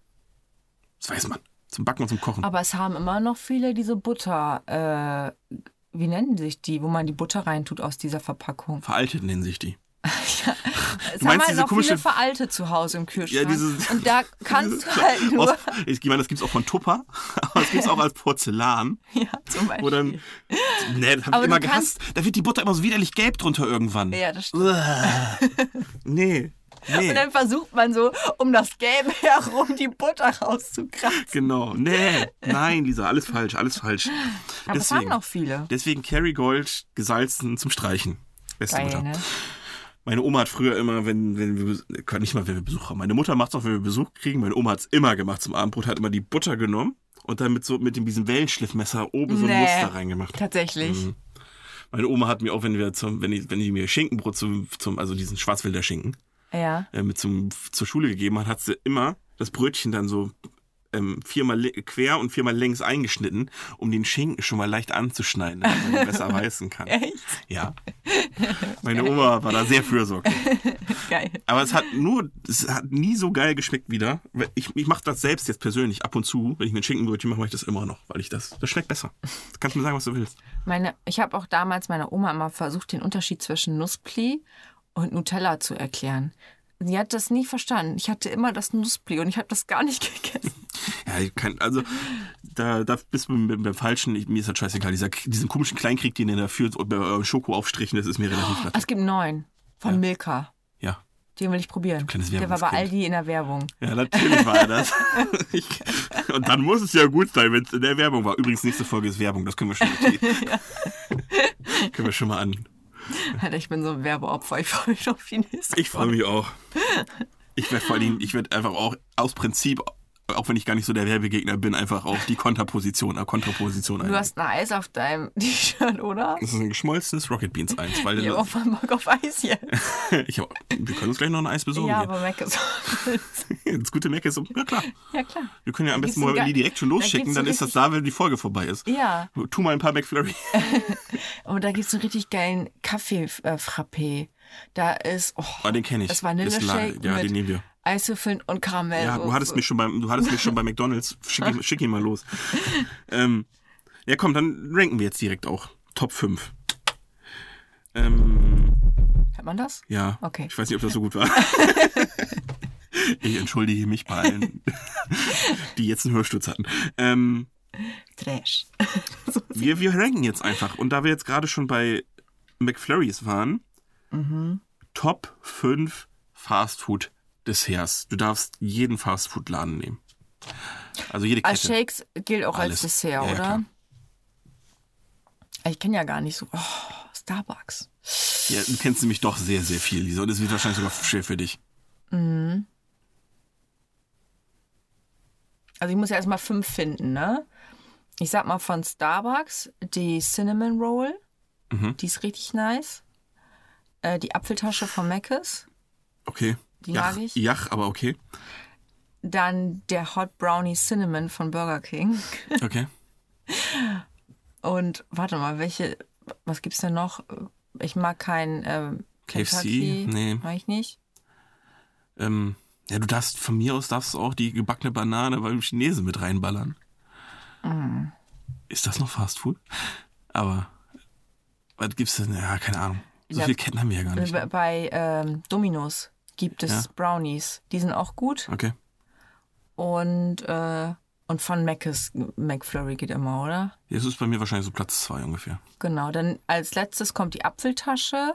Speaker 1: Das weiß man. Zum Backen und zum Kochen.
Speaker 2: Aber es haben immer noch viele diese Butter, äh, wie nennen sich die, wo man die Butter reintut aus dieser Verpackung?
Speaker 1: Veraltet nennen sich die.
Speaker 2: Es
Speaker 1: meinst
Speaker 2: haben halt
Speaker 1: diese
Speaker 2: noch
Speaker 1: komische-
Speaker 2: viele veraltet zu Hause im Kühlschrank.
Speaker 1: Ja, dieses-
Speaker 2: Und da kannst du halt
Speaker 1: Aus,
Speaker 2: nur,
Speaker 1: ich meine, das gibt es auch von Tupper, aber das gibt es auch als Porzellan.
Speaker 2: ja, zum Beispiel.
Speaker 1: Wo dann, nee, das habe
Speaker 2: Aber
Speaker 1: ich
Speaker 2: du
Speaker 1: immer
Speaker 2: kannst-
Speaker 1: gehasst. Da wird die Butter immer so widerlich gelb drunter irgendwann.
Speaker 2: ja, das stimmt.
Speaker 1: Uah. nee. Nee.
Speaker 2: Und dann versucht man so, um das Gelbe herum die Butter rauszukratzen.
Speaker 1: Genau. Nee. Nein, Lisa, alles falsch, alles falsch.
Speaker 2: Aber es haben noch viele.
Speaker 1: Deswegen Kerrygold gesalzen zum Streichen. Beste
Speaker 2: Geil,
Speaker 1: Butter.
Speaker 2: ne?
Speaker 1: Meine Oma hat früher immer, wenn, wenn wir, Bes- äh, nicht mal, wenn wir Besuch haben. Meine Mutter macht es auch, wenn wir Besuch kriegen. Meine Oma hat es immer gemacht zum Abendbrot, hat immer die Butter genommen und dann mit so, mit dem, diesem Wellenschliffmesser oben so ein
Speaker 2: Nee.
Speaker 1: Muster reingemacht.
Speaker 2: Tatsächlich.
Speaker 1: Meine Oma hat mir auch, wenn wir zum, wenn ich, wenn die mir Schinkenbrot zum, zum, also diesen Schwarzwälder Schinken,
Speaker 2: Ja.
Speaker 1: äh, mit zum, zur Schule gegeben hat, hat sie immer das Brötchen dann so ähm, viermal li- quer und viermal längs eingeschnitten, um den Schinken schon mal leicht anzuschneiden, damit man ihn besser reißen kann. Ja. Meine Oma war da sehr fürsorglich.
Speaker 2: Geil.
Speaker 1: Aber es hat nur, es hat nie so geil geschmeckt wieder. Ich, ich mache das selbst jetzt persönlich ab und zu. Wenn ich mir ein Schinkenbrötchen mache, mache ich das immer noch, weil ich das, das schmeckt besser. Du kannst mir sagen, was du willst.
Speaker 2: Meine, ich habe auch damals meiner Oma immer versucht, den Unterschied zwischen Nusspli und Nutella zu erklären. Sie hat das nie verstanden. Ich hatte immer das Nusspli und ich habe das gar nicht gegessen.
Speaker 1: Ja, ich kann, also da, da bist du beim, beim Falschen. Ich, mir ist das scheißegal. Dieser, diesen komischen Kleinkrieg, den ihr da führt, und bei euren Schokoaufstrichen, das ist mir relativ
Speaker 2: Ah,
Speaker 1: platt.
Speaker 2: Es gibt neun von Milka.
Speaker 1: Ja.
Speaker 2: Den will ich probieren.
Speaker 1: kleines
Speaker 2: Der war bei
Speaker 1: Werbungskind.
Speaker 2: Aldi in der Werbung.
Speaker 1: Ja, natürlich war er das. Ich, und dann muss es ja gut sein, wenn es in der Werbung war. Übrigens, nächste Folge ist Werbung, das können wir schon mal Können wir schon mal an.
Speaker 2: Alter, ich bin so ein Werbeopfer. Ich freue mich auf die nächste.
Speaker 1: Ich freue mich auch. Ich werde vor allem, ich werde einfach auch aus Prinzip, auch wenn ich gar nicht so der Werbegegner bin, einfach auf die Konterposition, äh, Kontraposition ein.
Speaker 2: Du hast ein Eis auf deinem T-Shirt, oder?
Speaker 1: das ist ein geschmolzenes Rocket Beans 1, weil
Speaker 2: Ich habe auch mal Bock auf Eis hier.
Speaker 1: ich hab, wir können uns gleich noch ein Eis besorgen.
Speaker 2: ja,
Speaker 1: hier.
Speaker 2: aber Mac ist
Speaker 1: Das gute Mac ist so, ja klar.
Speaker 2: Ja, klar.
Speaker 1: Wir können ja am
Speaker 2: Da
Speaker 1: besten
Speaker 2: gibt's ein
Speaker 1: mal
Speaker 2: ge-
Speaker 1: direkt schon
Speaker 2: da
Speaker 1: losschicken,
Speaker 2: gibt's
Speaker 1: dann
Speaker 2: ein
Speaker 1: ist das da, wenn die Folge vorbei ist.
Speaker 2: Ja.
Speaker 1: Tu mal ein paar McFlurry.
Speaker 2: Und da gibt es einen richtig geilen Kaffee-Frappé. Da ist. Oh,
Speaker 1: Ah, den kenne ich.
Speaker 2: Das
Speaker 1: Ist la-
Speaker 2: Vanilleshake.
Speaker 1: ja,
Speaker 2: mit
Speaker 1: den nehmen wir.
Speaker 2: Eiswürfeln und Karamell.
Speaker 1: Ja, du hattest
Speaker 2: mich.
Speaker 1: mich schon beim, du hattest mich schon bei McDonalds. Schick ihn, schick ihn mal los. Ähm, ja, komm, dann ranken wir jetzt direkt auch. Top 5. Ähm,
Speaker 2: Hat man das?
Speaker 1: ja.
Speaker 2: Okay.
Speaker 1: Ich weiß nicht, ob das so gut war. ich entschuldige mich bei allen, die jetzt einen Hörsturz hatten. Ähm,
Speaker 2: Trash.
Speaker 1: wir, wir ranken jetzt einfach. Und da wir jetzt gerade schon bei McFlurries waren,
Speaker 2: Mhm.
Speaker 1: Top 5 Fastfood-Desserts. Du darfst jeden Fastfood-Laden nehmen. Also jede
Speaker 2: Als
Speaker 1: Kette.
Speaker 2: Ah, Shakes gilt auch
Speaker 1: Alles.
Speaker 2: als Dessert,
Speaker 1: Ja, ja, klar.
Speaker 2: oder? Ich kenne ja gar nicht so. Oh, Starbucks.
Speaker 1: Ja, du kennst nämlich doch sehr, sehr viel, Lisa. Und es wird wahrscheinlich sogar schwer für dich.
Speaker 2: Also ich muss ja erstmal fünf finden, ne? Ich sag mal von Starbucks die Cinnamon Roll.
Speaker 1: Mhm.
Speaker 2: Die ist richtig nice. Äh, die Apfeltasche von Mc's.
Speaker 1: Okay.
Speaker 2: Die
Speaker 1: ja,
Speaker 2: mag ich.
Speaker 1: Ja, aber okay.
Speaker 2: Dann der Hot Brownie Cinnamon von Burger King.
Speaker 1: Okay.
Speaker 2: Und warte mal, welche, was gibt's denn noch? Ich mag kein ähm,
Speaker 1: KFC?
Speaker 2: Kentucky,
Speaker 1: Nee.
Speaker 2: Mag ich nicht.
Speaker 1: ähm, ja, du darfst
Speaker 2: Mhm.
Speaker 1: von mir aus darfst du auch die gebackene Banane beim Chinesen mit reinballern. ist das noch Fast Food? Aber was gibt's denn? Ja, keine Ahnung. So
Speaker 2: Ja.
Speaker 1: viele Ketten haben wir ja gar nicht.
Speaker 2: Äh, Bei- Bei ähm, Dominos gibt es
Speaker 1: Ja.
Speaker 2: Brownies. Die sind auch gut.
Speaker 1: Okay.
Speaker 2: Und, äh, und von Mc's, McFlurry geht immer, oder?
Speaker 1: Das ist bei mir wahrscheinlich so Platz zwei ungefähr.
Speaker 2: Genau. Dann als letztes kommt die Apfeltasche,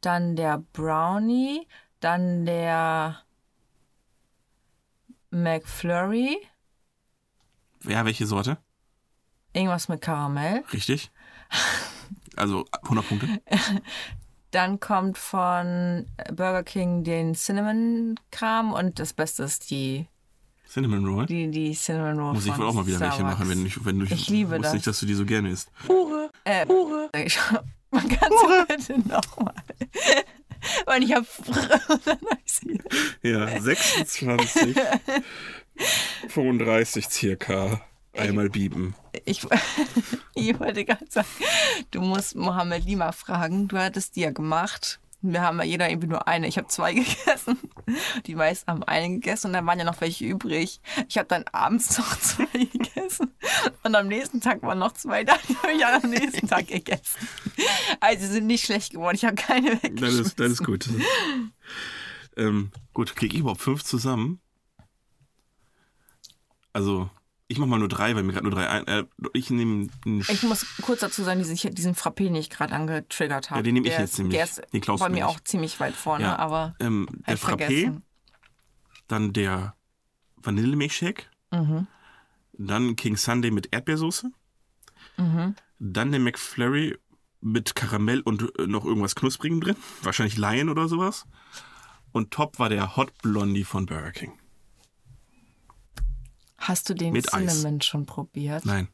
Speaker 2: dann der Brownie, dann der McFlurry,
Speaker 1: Ja, welche Sorte?
Speaker 2: irgendwas mit Karamell.
Speaker 1: Richtig. Also 100 Punkte.
Speaker 2: Dann kommt von Burger King den Cinnamon-Kram und das Beste ist die,
Speaker 1: Cinnamon Roll.
Speaker 2: die, die Cinnamon Roll.
Speaker 1: Muss ich
Speaker 2: von
Speaker 1: wohl auch mal wieder welche
Speaker 2: Starbucks.
Speaker 1: machen, wenn, ich, wenn du
Speaker 2: Ich liebe
Speaker 1: wusste
Speaker 2: das.
Speaker 1: nicht, dass du die so gerne isst.
Speaker 2: Äh, ich, man kann es bitte nochmal. Und ich habe.
Speaker 1: Ja, 26, 35 circa. Einmal bieben.
Speaker 2: Ich, ich wollte gerade sagen, du musst Mohammed Lima fragen. Du hattest die ja gemacht. Wir haben ja jeder irgendwie nur eine. Ich habe zwei gegessen. Die meisten haben eine gegessen und dann waren ja noch welche übrig. Ich habe dann abends noch zwei gegessen und am nächsten Tag waren noch zwei da. Die habe ich dann am nächsten Tag gegessen. Also sie sind nicht schlecht geworden. Ich habe keine
Speaker 1: Das
Speaker 2: weggeschmissen.
Speaker 1: ist, das ist gut. ähm, gut, kriege ich überhaupt fünf zusammen? Also, ich mach mal nur drei, weil mir gerade nur drei ein. Äh, ich nehme einen
Speaker 2: Ich muss kurz dazu sagen, diesen, ich diesen Frappé, den ich gerade angetriggert habe.
Speaker 1: Ja, den nehm ich
Speaker 2: Der
Speaker 1: jetzt
Speaker 2: ist-
Speaker 1: nämlich.
Speaker 2: Der ist
Speaker 1: Den klaust
Speaker 2: bei
Speaker 1: du mir
Speaker 2: mir
Speaker 1: nicht.
Speaker 2: auch ziemlich weit vorne,
Speaker 1: Ja.
Speaker 2: aber
Speaker 1: ähm, der
Speaker 2: hab ich
Speaker 1: Frappé,
Speaker 2: vergessen.
Speaker 1: dann der Vanillemilchshake,
Speaker 2: Mhm.
Speaker 1: dann King Sunday mit Erdbeersoße,
Speaker 2: Mhm.
Speaker 1: dann den McFlurry mit Karamell und äh, noch irgendwas Knusprigem drin, wahrscheinlich Lion oder sowas. Und top war der Hot Blondie von Burger King.
Speaker 2: Hast du den
Speaker 1: Mit Eis.
Speaker 2: Cinnamon schon probiert?
Speaker 1: Nein.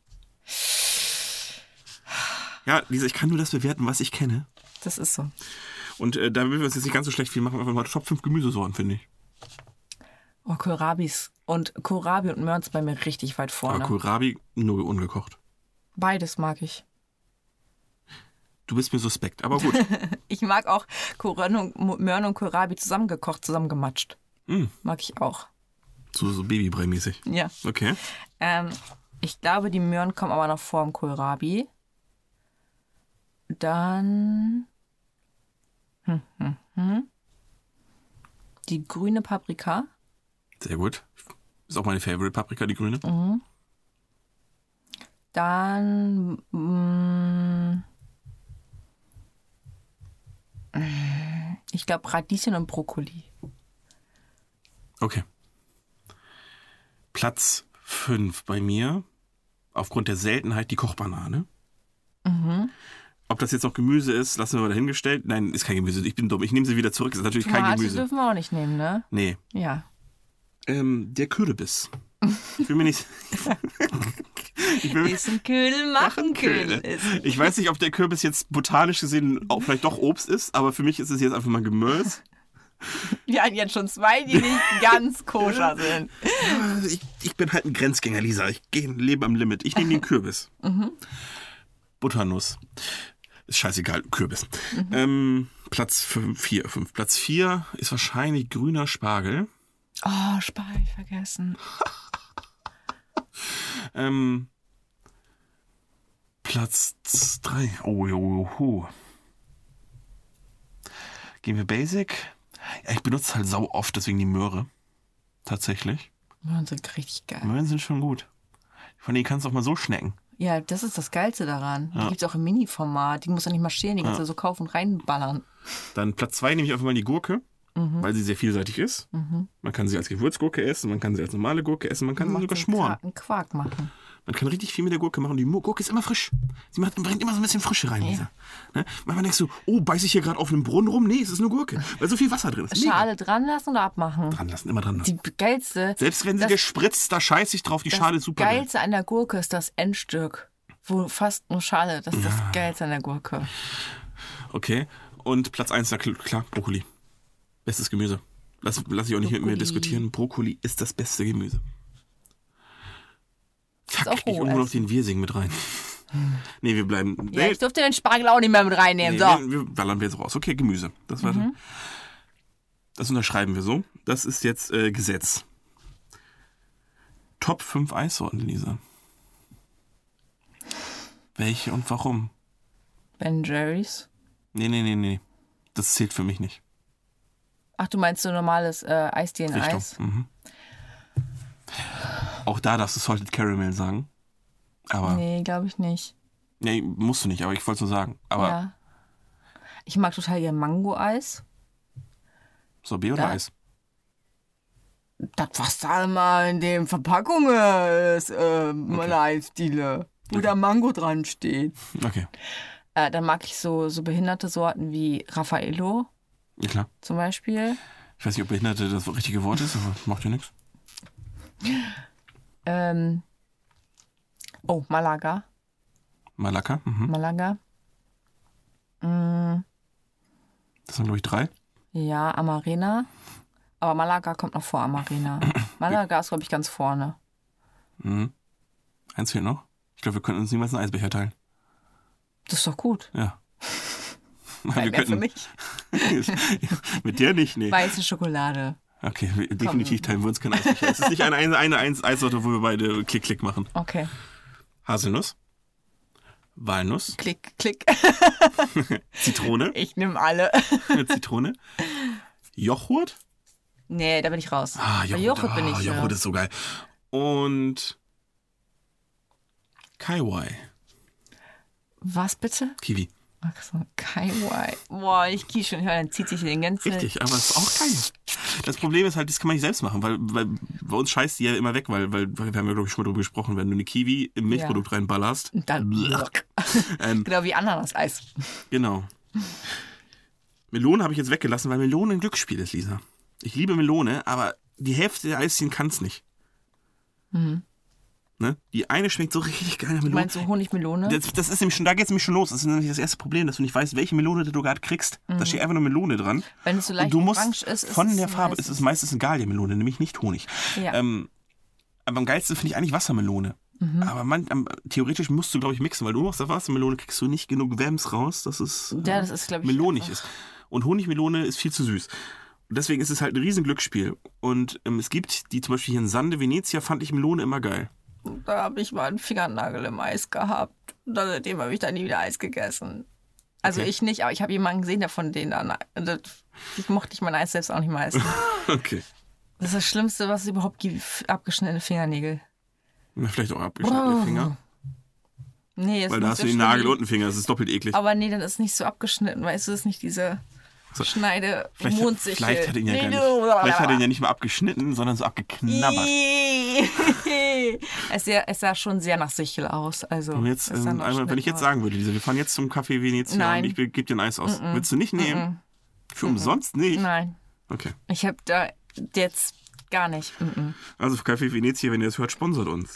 Speaker 1: Ja, Lisa, ich kann nur das bewerten, was ich kenne.
Speaker 2: Das ist so.
Speaker 1: Und äh, da will wir uns jetzt nicht ganz so schlecht viel machen, einfach mal Top 5 Gemüsesorten, finde ich.
Speaker 2: Oh, Kohlrabis. Und Kohlrabi und Mörns bei mir richtig weit vorne.
Speaker 1: Aber Kohlrabi nur ungekocht.
Speaker 2: Beides mag ich.
Speaker 1: Du bist mir suspekt, aber gut.
Speaker 2: Ich mag auch Korön und, Mo- Möhren und Kohlrabi zusammengekocht, zusammengematscht.
Speaker 1: Mm.
Speaker 2: Mag ich auch.
Speaker 1: so, so Babybrei-mäßig.
Speaker 2: Ja.
Speaker 1: Okay.
Speaker 2: Ähm, ich glaube, die Möhren kommen aber noch vor dem Kohlrabi. Dann. Hm, hm, hm. Die grüne Paprika.
Speaker 1: Sehr gut. Ist auch meine Favorite Paprika, die grüne.
Speaker 2: Dann. mm, ich glaube, Radieschen und Brokkoli.
Speaker 1: Okay. Platz 5 bei mir, aufgrund der Seltenheit, die Kochbanane. Ob das jetzt noch Gemüse ist, lassen wir mal dahingestellt. Nein, ist kein Gemüse. Ich bin dumm. Ich nehme sie wieder zurück. Ist natürlich kein
Speaker 2: Tomate
Speaker 1: Gemüse.
Speaker 2: dürfen wir auch nicht nehmen, ne?
Speaker 1: Nee.
Speaker 2: Ja.
Speaker 1: Ähm, der Kürbis. Ich will mir nicht. ich, will mir,
Speaker 2: Essen Ködel, machen Ködel.
Speaker 1: ne? ich weiß nicht, ob der Kürbis jetzt botanisch gesehen auch vielleicht doch Obst ist, aber für mich ist es jetzt einfach mal Gemüse.
Speaker 2: Wir hatten jetzt schon zwei, die nicht ganz koscher sind.
Speaker 1: Also ich, ich bin halt ein Grenzgänger, Lisa. Ich gehe lebe am Limit. Ich nehme den Kürbis. Butternuss. Ist scheißegal, Kürbis. Ähm, Platz 4. Platz 4 ist wahrscheinlich grüner Spargel.
Speaker 2: Oh, Spargel vergessen.
Speaker 1: Ähm, Platz 3. Oh, oh, oh, oh. Gehen wir Basic. Ja, ich benutze halt sau oft, deswegen die Möhre. Tatsächlich.
Speaker 2: Möhren sind richtig geil.
Speaker 1: Möhren sind schon gut. Von denen kannst du auch mal so schnecken.
Speaker 2: Ja, das ist das Geilste daran. Die
Speaker 1: Ja.
Speaker 2: gibt's auch im Mini-Format. Die muss ja nicht marschieren, die kannst du so kaufen und reinballern.
Speaker 1: Dann Platz 2 nehme ich einfach mal die Gurke, weil sie sehr vielseitig ist. Man kann sie als Gewürzgurke essen, man kann sie als normale Gurke essen, man kann sie
Speaker 2: Macht
Speaker 1: sogar
Speaker 2: den
Speaker 1: schmoren.
Speaker 2: Quark- Einen Quark machen.
Speaker 1: Man kann richtig viel mit der Gurke machen. Die Mu- Gurke ist immer frisch. Sie macht, bringt immer so ein bisschen Frische rein. Lisa. Ne? Manchmal denkst du, oh, beiß ich hier gerade auf einem Brunnen rum? Nee, es ist nur Gurke, weil so viel Wasser drin ist. Mega.
Speaker 2: Schale dran lassen oder abmachen?
Speaker 1: Dran lassen, immer dran lassen.
Speaker 2: Die geilste.
Speaker 1: Selbst wenn sie
Speaker 2: das-
Speaker 1: gespritzt, da scheiß ich drauf. Die Schale ist super.
Speaker 2: Das Geilste an der Gurke ist das Endstück. Wo fast nur Schale. Das ist
Speaker 1: Ah.
Speaker 2: das Geilste an der Gurke.
Speaker 1: Okay. Und Platz 1, na kl- klar, Brokkoli. Bestes Gemüse. Lass, lass ich auch nicht mit mir
Speaker 2: Brokkoli.
Speaker 1: diskutieren. Brokkoli ist das beste Gemüse. Fuck,
Speaker 2: auch
Speaker 1: ich nehme immer
Speaker 2: roh
Speaker 1: noch den Wirsing mit rein. nee, wir bleiben. Nee,
Speaker 2: Ja, ich durfte den Spargel auch nicht mehr mit reinnehmen.
Speaker 1: nee,
Speaker 2: So. Mhm.
Speaker 1: wir, wir ballern wir jetzt raus. Okay, Gemüse. Das war Das unterschreiben wir so. Das ist jetzt äh, Gesetz. Top 5 Eissorten, Lisa. Welche und warum?
Speaker 2: Ben Jerry's.
Speaker 1: Nee, nee, nee, nee. Das zählt für mich nicht.
Speaker 2: Ach, du meinst so normales äh, Eisdee in
Speaker 1: Richtung.
Speaker 2: Eis?
Speaker 1: Mhm. Auch da darfst du Salted Caramel sagen. Aber. Nee,
Speaker 2: Nee, glaube ich nicht.
Speaker 1: musst du nicht, aber ich wollte es nur sagen. Aber
Speaker 2: Ja. Ich mag total ihr Mango-Eis.
Speaker 1: Sorbet oder
Speaker 2: Da-
Speaker 1: Eis?
Speaker 2: Das, was da immer in den Verpackungen ist, äh, meine Eisdiele. Wo da Mango dran steht.
Speaker 1: Okay.
Speaker 2: Äh, dann mag ich so, so behinderte Sorten wie Raffaello
Speaker 1: Ja, klar.
Speaker 2: zum Beispiel.
Speaker 1: Ich weiß nicht, ob Behinderte das richtige Wort ist, aber macht ja nichts.
Speaker 2: Ähm, oh, Malaga.
Speaker 1: Malaka. Mhm.
Speaker 2: Malaga. Mm,
Speaker 1: Das sind, glaube ich, drei.
Speaker 2: ja, Amarena. Aber Malaga kommt noch vor Amarena. Malaga ist, glaube ich, ganz vorne.
Speaker 1: Mhm. Eins fehlt noch. Ich glaube, wir könnten uns niemals einen Eisbecher teilen.
Speaker 2: Das ist doch gut.
Speaker 1: Ja. Aber
Speaker 2: Nein,
Speaker 1: wir
Speaker 2: mehr für
Speaker 1: könnten.
Speaker 2: mich.
Speaker 1: Mit der nicht, nee.
Speaker 2: Weiße Schokolade.
Speaker 1: Okay, wir, definitiv teilen wir uns kein Eisbecher. es ist nicht eine, eine, eine Eins- Eissorte, wo wir beide Klick-Klick machen.
Speaker 2: Okay.
Speaker 1: Haselnuss, Walnuss,
Speaker 2: Klick, klick.
Speaker 1: Zitrone,
Speaker 2: Ich nehme alle.
Speaker 1: Zitrone, Joghurt.
Speaker 2: Nee, da bin ich raus.
Speaker 1: Ah,
Speaker 2: Bei
Speaker 1: Joghurt,
Speaker 2: Joghurt bin
Speaker 1: ah,
Speaker 2: ich.
Speaker 1: Joghurt
Speaker 2: ja.
Speaker 1: ist so geil. Und Kaiwai,
Speaker 2: Was bitte?
Speaker 1: Kiwi.
Speaker 2: Ach so, Kaiwai. Boah, ich kieh schon, hör, dann zieht sich den ganzen.
Speaker 1: Richtig, aber es ist auch geil. Das Problem ist halt, das kann man nicht selbst machen, weil, weil bei uns scheißt die ja immer weg, weil, weil, weil wir haben ja, glaube ich, schon mal drüber gesprochen, wenn du eine Kiwi im Milchprodukt reinballerst.
Speaker 2: Und dann.
Speaker 1: Ähm,
Speaker 2: Genau wie Ananas-Eis.
Speaker 1: Genau. Melone habe ich jetzt weggelassen, weil Melone ein Glücksspiel ist, Lisa. Ich liebe Melone, aber die Hälfte der Eischen kann es nicht. Ne? Die eine schmeckt so richtig geil nach
Speaker 2: Du
Speaker 1: Melone.
Speaker 2: meinst du Honigmelone?
Speaker 1: Das, das ist nämlich schon, da geht es nämlich schon los. Das ist nämlich das erste Problem, dass du nicht weißt, welche Melone du gerade kriegst. Da steht einfach nur Melone dran.
Speaker 2: Wenn es so
Speaker 1: Und
Speaker 2: leicht
Speaker 1: du musst
Speaker 2: orange ist, ist
Speaker 1: von
Speaker 2: es
Speaker 1: der
Speaker 2: ein
Speaker 1: Farbe,
Speaker 2: weißes.
Speaker 1: es ist meistens eine Gallienmelone, nämlich nicht Honig.
Speaker 2: Ja.
Speaker 1: Ähm, aber am geilsten finde ich eigentlich Wassermelone.
Speaker 2: Mhm.
Speaker 1: Aber man, am, theoretisch musst du, glaube ich, mixen, weil du nur aus der Wassermelone kriegst du nicht genug Wärms raus, dass es äh,
Speaker 2: Ja, das ist, glaub ich,
Speaker 1: melonig
Speaker 2: einfach-
Speaker 1: ist. Und Honigmelone ist viel zu süß. Und deswegen ist es halt ein Riesenglücksspiel. Und ähm, es gibt die zum Beispiel hier in Sande Venezia, fand ich Melone immer geil.
Speaker 2: Da habe ich mal einen Fingernagel im Eis gehabt. Und dann seitdem habe ich dann nie wieder Eis gegessen. Also
Speaker 1: Okay.
Speaker 2: ich nicht, aber ich habe jemanden gesehen, der von denen dann. Das, ich mochte ich mein Eis selbst auch nicht mehr essen.
Speaker 1: Okay.
Speaker 2: Das ist das Schlimmste, was es überhaupt gibt. Abgeschnittene Fingernägel.
Speaker 1: Na, Vielleicht auch abgeschnittene
Speaker 2: Oh,
Speaker 1: Finger.
Speaker 2: Nee, jetzt
Speaker 1: Weil da
Speaker 2: nicht
Speaker 1: hast
Speaker 2: so
Speaker 1: du den
Speaker 2: schlimm.
Speaker 1: Nagel und den Finger, das ist doppelt eklig.
Speaker 2: Aber nee, dann ist nicht so abgeschnitten, weißt du, das ist nicht diese
Speaker 1: So.
Speaker 2: Schneide,
Speaker 1: Vielleicht,
Speaker 2: Mondsichel.
Speaker 1: vielleicht hat er ihn ja gar nicht,
Speaker 2: Blablabla.
Speaker 1: vielleicht hat er ihn ja nicht mal abgeschnitten, sondern so abgeknabbert.
Speaker 2: Ihhh. es, sah, es sah schon sehr nach Sichel aus. Also
Speaker 1: Und jetzt,
Speaker 2: es sah
Speaker 1: ähm,
Speaker 2: nach
Speaker 1: einmal, wenn ich
Speaker 2: Schnitt
Speaker 1: jetzt
Speaker 2: aus.
Speaker 1: sagen würde, Lisa, wir fahren jetzt zum Café Venezia
Speaker 2: Nein.
Speaker 1: und ich gebe dir ein Eis aus. Willst du nicht nehmen? Für umsonst nicht?
Speaker 2: Nein,
Speaker 1: Okay.
Speaker 2: ich habe da jetzt gar nicht. Mm
Speaker 1: Also Café Venezia, wenn ihr das hört, sponsert uns.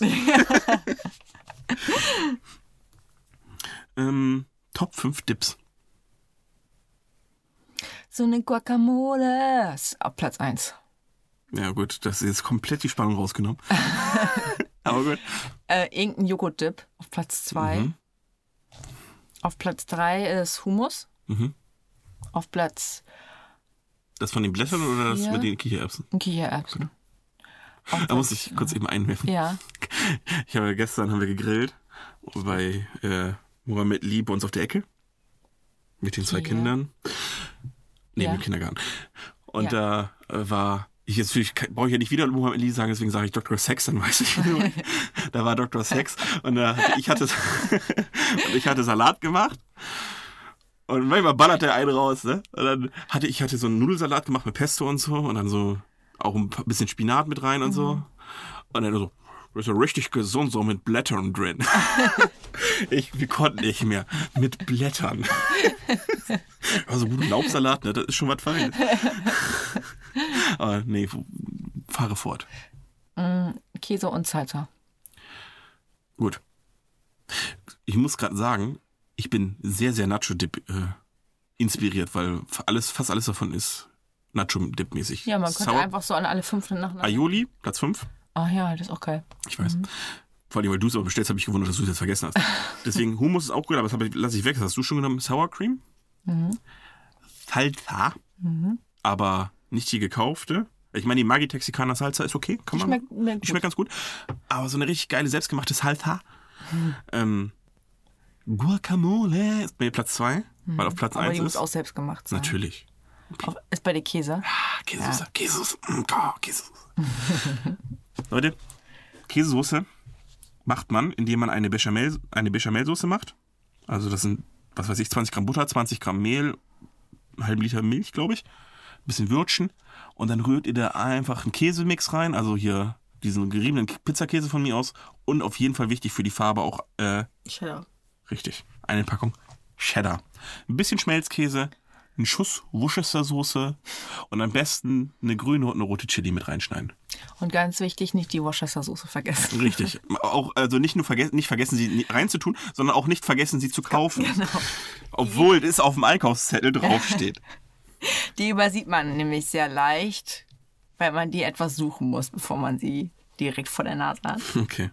Speaker 1: ähm, Top 5 Dips.
Speaker 2: So eine Guacamole. Ist Auf Platz 1.
Speaker 1: Ja gut, das ist jetzt komplett die Spannung rausgenommen. Aber gut.
Speaker 2: Äh, irgendein Joghurt-Dip auf Platz 2.
Speaker 1: Mhm.
Speaker 2: Auf Platz 3 ist Hummus.
Speaker 1: Mhm.
Speaker 2: Auf Platz
Speaker 1: Das von den Blättern oder das
Speaker 2: Vier.
Speaker 1: mit den Kichererbsen?
Speaker 2: Kichererbsen. Auf
Speaker 1: Da muss
Speaker 2: Platz-
Speaker 1: ich kurz eben einwerfen.
Speaker 2: Ja.
Speaker 1: Ich habe gestern haben wir gegrillt bei äh, Mohammed Lee bei uns auf der Ecke. Mit den zwei
Speaker 2: Ja.
Speaker 1: Kindern. Nee,
Speaker 2: Ja.
Speaker 1: mit Kindergarten. Und da äh, war. Ich jetzt will ich, ke- brauche ich ja nicht wieder Mohammed Lee sagen, deswegen sage ich Dr. Sex, dann weiß ich. da war Dr. Sex und da hatte, ich, hatte, und ich hatte Salat gemacht. Und manchmal ballert der einen raus, ne? Und dann hatte ich hatte so einen Nudelsalat gemacht mit Pesto und so und dann so auch ein pa- bisschen Spinat mit rein und so. Und dann so, das ist ja richtig gesund, so mit Blättern drin. ich, wir konnten nicht mehr. Mit Blättern. also guten Laubsalat, ne? Das ist schon was Feines. Aber nee, fahre fort.
Speaker 2: Käse und Salsa.
Speaker 1: Gut. Ich muss gerade sagen, ich bin sehr, sehr Nacho-Dip äh, inspiriert, weil alles, fast alles davon ist Nacho-Dip-mäßig.
Speaker 2: Ja, man könnte einfach so an alle fünf nacheinander.
Speaker 1: Aioli, Platz 5.
Speaker 2: Ach ja, das ist auch geil.
Speaker 1: Ich weiß. Vor allem, weil du es aber bestellst, habe ich gewundert, dass du es jetzt vergessen hast. Deswegen, Hummus ist auch gut, aber das hab ich- lass ich weg. Das hast du schon genommen. Sour Cream.
Speaker 2: Mhm.
Speaker 1: Salsa. Aber nicht die gekaufte. Ich meine, die Maggi Texicana Salsa ist okay. Kann man,
Speaker 2: schmeckt- schmeckt Mhm.
Speaker 1: die schmeckt ganz gut. Aber so eine richtig geile, selbstgemachte Salsa. Ähm, Guacamole ist bei Platz 2, weil auf Platz
Speaker 2: Mhm. Aber
Speaker 1: 1
Speaker 2: die muss
Speaker 1: ist.
Speaker 2: auch selbst gemacht sein.
Speaker 1: Natürlich.
Speaker 2: Auf- Ist bei dir Käse?
Speaker 1: Ah, Käsesoße, Käsesoße. Mm, oh, Käsesoße. Leute, Käsesoße macht man, indem man eine, Bechamel, eine Bechamelsoße macht. Also das sind, was weiß ich, 20 Gramm Butter, 20 Gramm Mehl, einen halben Liter Milch, glaube ich, ein bisschen Würzchen. Und dann rührt ihr da einfach einen Käsemix rein, also hier diesen geriebenen Pizzakäse von mir aus. Und auf jeden Fall wichtig für die Farbe auch, äh,
Speaker 2: Cheddar.
Speaker 1: richtig, eine Packung Cheddar. Ein bisschen Schmelzkäse, ein Schuss Worcestersoße und am besten eine grüne und eine rote Chili mit reinschneiden.
Speaker 2: Und ganz wichtig, nicht die Worcestersoße vergessen.
Speaker 1: Richtig. Auch, also nicht nur vergessen, nicht vergessen, sie reinzutun, sondern auch nicht vergessen, sie zu kaufen. Obwohl es auf dem Einkaufszettel draufsteht.
Speaker 2: Die übersieht man nämlich sehr leicht, weil man die etwas suchen muss, bevor man sie direkt vor der Nase hat.
Speaker 1: Okay.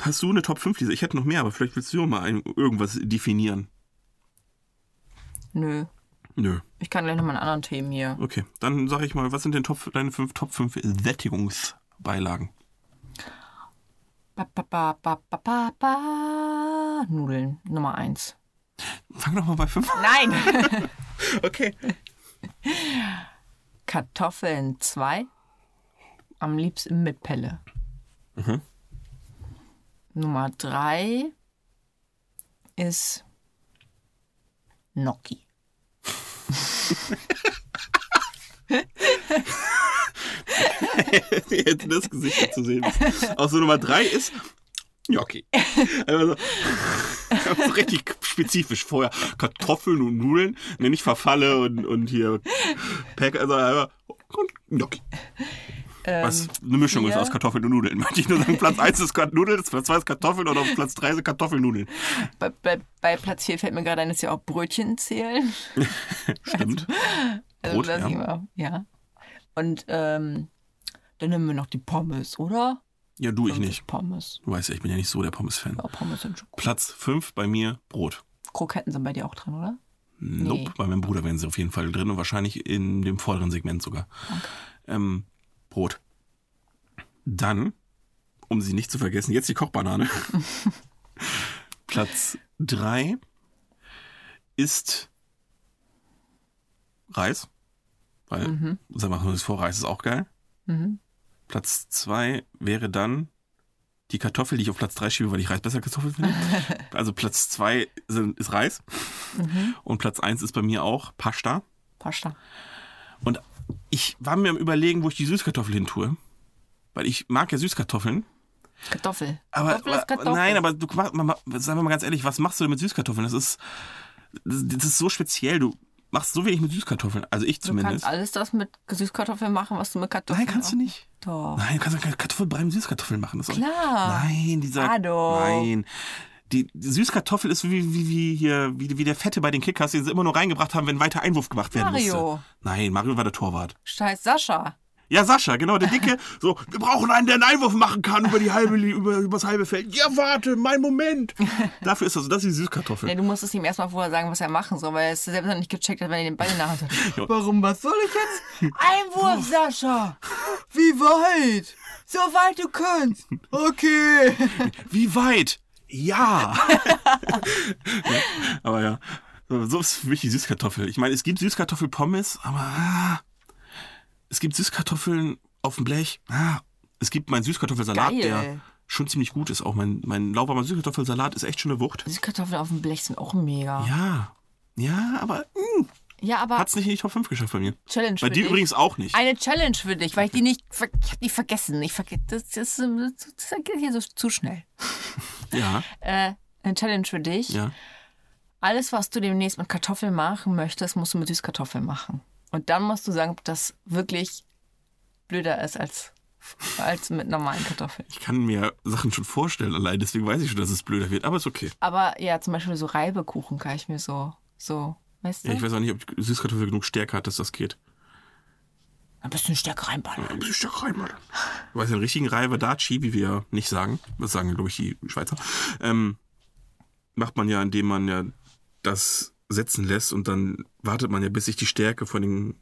Speaker 1: Hast du eine Top 5 Lisa? Ich hätte noch mehr, aber vielleicht willst du auch mal ein, irgendwas definieren.
Speaker 2: Nö.
Speaker 1: Nö.
Speaker 2: Ich kann gleich noch mal an anderen Themen hier.
Speaker 1: Okay. Dann sage ich mal, was sind denn Top, deine fünf, Top 5 Sättigungsbeilagen?
Speaker 2: Ba, ba, ba, ba, ba, ba, ba. Nudeln, Nummer eins.
Speaker 1: Fang doch mal bei 5 an.
Speaker 2: Nein!
Speaker 1: Okay.
Speaker 2: Kartoffeln zwei. Am liebsten mit Pelle.
Speaker 1: Mhm.
Speaker 2: Nummer drei ist Gnocchi.
Speaker 1: Ihr hättet das Gesicht nicht zu sehen. müssen. Auch so Nummer 3 ist. Gnocchi. Also, so richtig spezifisch vorher. Kartoffeln und Nudeln. Ne, nicht Verfalle und, und hier. Pack, also, aber- und Gnocchi. Was eine Mischung ist
Speaker 2: vier.
Speaker 1: aus Kartoffeln und Nudeln. Möchte ich nur sagen, Platz 1 ist Kart- Nudeln, Platz 2 ist Kartoffeln und auf Platz 3 sind Kartoffelnudeln.
Speaker 2: Bei, bei, bei Platz 4 fällt mir gerade ein, dass ja auch Brötchen zählen.
Speaker 1: Stimmt.
Speaker 2: Also
Speaker 1: Brot,
Speaker 2: das
Speaker 1: ja.
Speaker 2: immer, ja. Und ähm, dann nehmen wir noch die Pommes, oder?
Speaker 1: Ja, du, ich nicht.
Speaker 2: Pommes.
Speaker 1: Du weißt ja, ich bin ja nicht so der Pommes-Fan.
Speaker 2: Ja, Pommes sind schon gut.
Speaker 1: Platz 5 bei mir Brot.
Speaker 2: Kroketten sind bei dir auch drin, oder?
Speaker 1: Nope,
Speaker 2: Nee.
Speaker 1: bei meinem Bruder wären sie auf jeden Fall drin und wahrscheinlich in dem vorderen Segment sogar. Ähm, Brot. Dann, um sie nicht zu vergessen, jetzt die Kochbanane. Platz 3 ist Reis. Weil, sagen wir mal das vor, Reis ist auch geil.
Speaker 2: Mhm.
Speaker 1: Platz 2 wäre dann die Kartoffel, die ich auf Platz 3 schiebe, weil ich Reis besser Kartoffel finde. also Platz 2 ist Reis.
Speaker 2: Mhm.
Speaker 1: Und Platz 1 ist bei mir auch Pasta.
Speaker 2: Pasta.
Speaker 1: Und ich war mir am überlegen, wo ich die Süßkartoffel hin tue. Weil ich mag ja Süßkartoffeln.
Speaker 2: Kartoffel.
Speaker 1: Aber,
Speaker 2: Kartoffel ist
Speaker 1: aber
Speaker 2: Kartoffel.
Speaker 1: nein, aber du mach- ma- ma- sagen wir mal ganz ehrlich, was machst du denn mit Süßkartoffeln? Das ist, das, das ist so speziell. Du machst so wenig mit Süßkartoffeln. Also ich
Speaker 2: Du kannst
Speaker 1: zumindest.
Speaker 2: alles das mit Süßkartoffeln machen, was du mit Kartoffeln
Speaker 1: nein, kannst du nicht.
Speaker 2: Doch.
Speaker 1: Nein, du kannst doch keine Kartoffelbrei mit Süßkartoffeln machen. Das ist auch-
Speaker 2: Oh. Klar. Ah,
Speaker 1: Nein, dieser.
Speaker 2: Ado.
Speaker 1: Nein. Die, die Süßkartoffel ist wie, wie, wie, hier, wie, wie der Fette bei den Kickers, den sie immer nur reingebracht haben, wenn weiter Einwurf gemacht werden
Speaker 2: Mario.
Speaker 1: musste. Nein, Mario war der Torwart.
Speaker 2: Scheiß Sascha.
Speaker 1: Ja, Sascha, genau, der Dicke. So, wir brauchen einen, der einen Einwurf machen kann über die halbe, Li- über, übers halbe Feld. Ja, warte, mein Moment. Dafür ist das, das ist die Süßkartoffel.
Speaker 2: Nee, du musstest ihm erstmal vorher sagen, was er machen soll, weil er es selbst noch nicht gecheckt hat, wenn er den Ball nachher hat. Warum, was soll ich jetzt? Einwurf, Sascha! Wie weit? So weit du kannst! Okay!
Speaker 1: Wie weit? Ja. Ne? aber ja, so so ist für mich die Süßkartoffel. Ich meine, es gibt Süßkartoffelpommes, aber ah, es gibt Süßkartoffeln auf dem Blech. Ah, es gibt meinen Süßkartoffelsalat,
Speaker 2: Geil.
Speaker 1: der schon ziemlich gut ist. Auch mein, mein lauwarmer Süßkartoffelsalat ist echt schon eine Wucht.
Speaker 2: Süßkartoffeln auf dem Blech sind auch mega. Ja,
Speaker 1: Ja, ja, aber mh,
Speaker 2: aber
Speaker 1: hat's nicht in die Top 5 geschafft bei mir.
Speaker 2: Challenge
Speaker 1: Bei
Speaker 2: für
Speaker 1: dir
Speaker 2: dich.
Speaker 1: übrigens auch nicht.
Speaker 2: Eine Challenge für dich, weil ich die nicht. ver- Ich hab die vergessen. Ich verge das, das, das, das geht hier so zu schnell.
Speaker 1: Ja,
Speaker 2: Äh, eine Challenge für dich.
Speaker 1: ja.
Speaker 2: Alles, was du demnächst mit Kartoffeln machen möchtest, musst du mit Süßkartoffeln machen. Und dann musst du sagen, ob das wirklich blöder ist als, als mit normalen Kartoffeln.
Speaker 1: Ich kann mir Sachen schon vorstellen allein, deswegen weiß ich schon, dass es blöder wird, aber ist okay.
Speaker 2: Aber ja, zum Beispiel so Reibekuchen kann ich mir so. so weißt du?
Speaker 1: Ja, ich weiß auch nicht, ob die Süßkartoffel genug Stärke hat, dass das geht.
Speaker 2: Ein bisschen stärker reinballern.
Speaker 1: Ein bisschen Stück rein, Mann. Du weißt den richtigen Reivadachi, wie wir nicht sagen, das sagen, glaube ich, die Schweizer, ähm, macht man ja, indem man ja das setzen lässt und dann wartet man ja, bis sich die Stärke von dem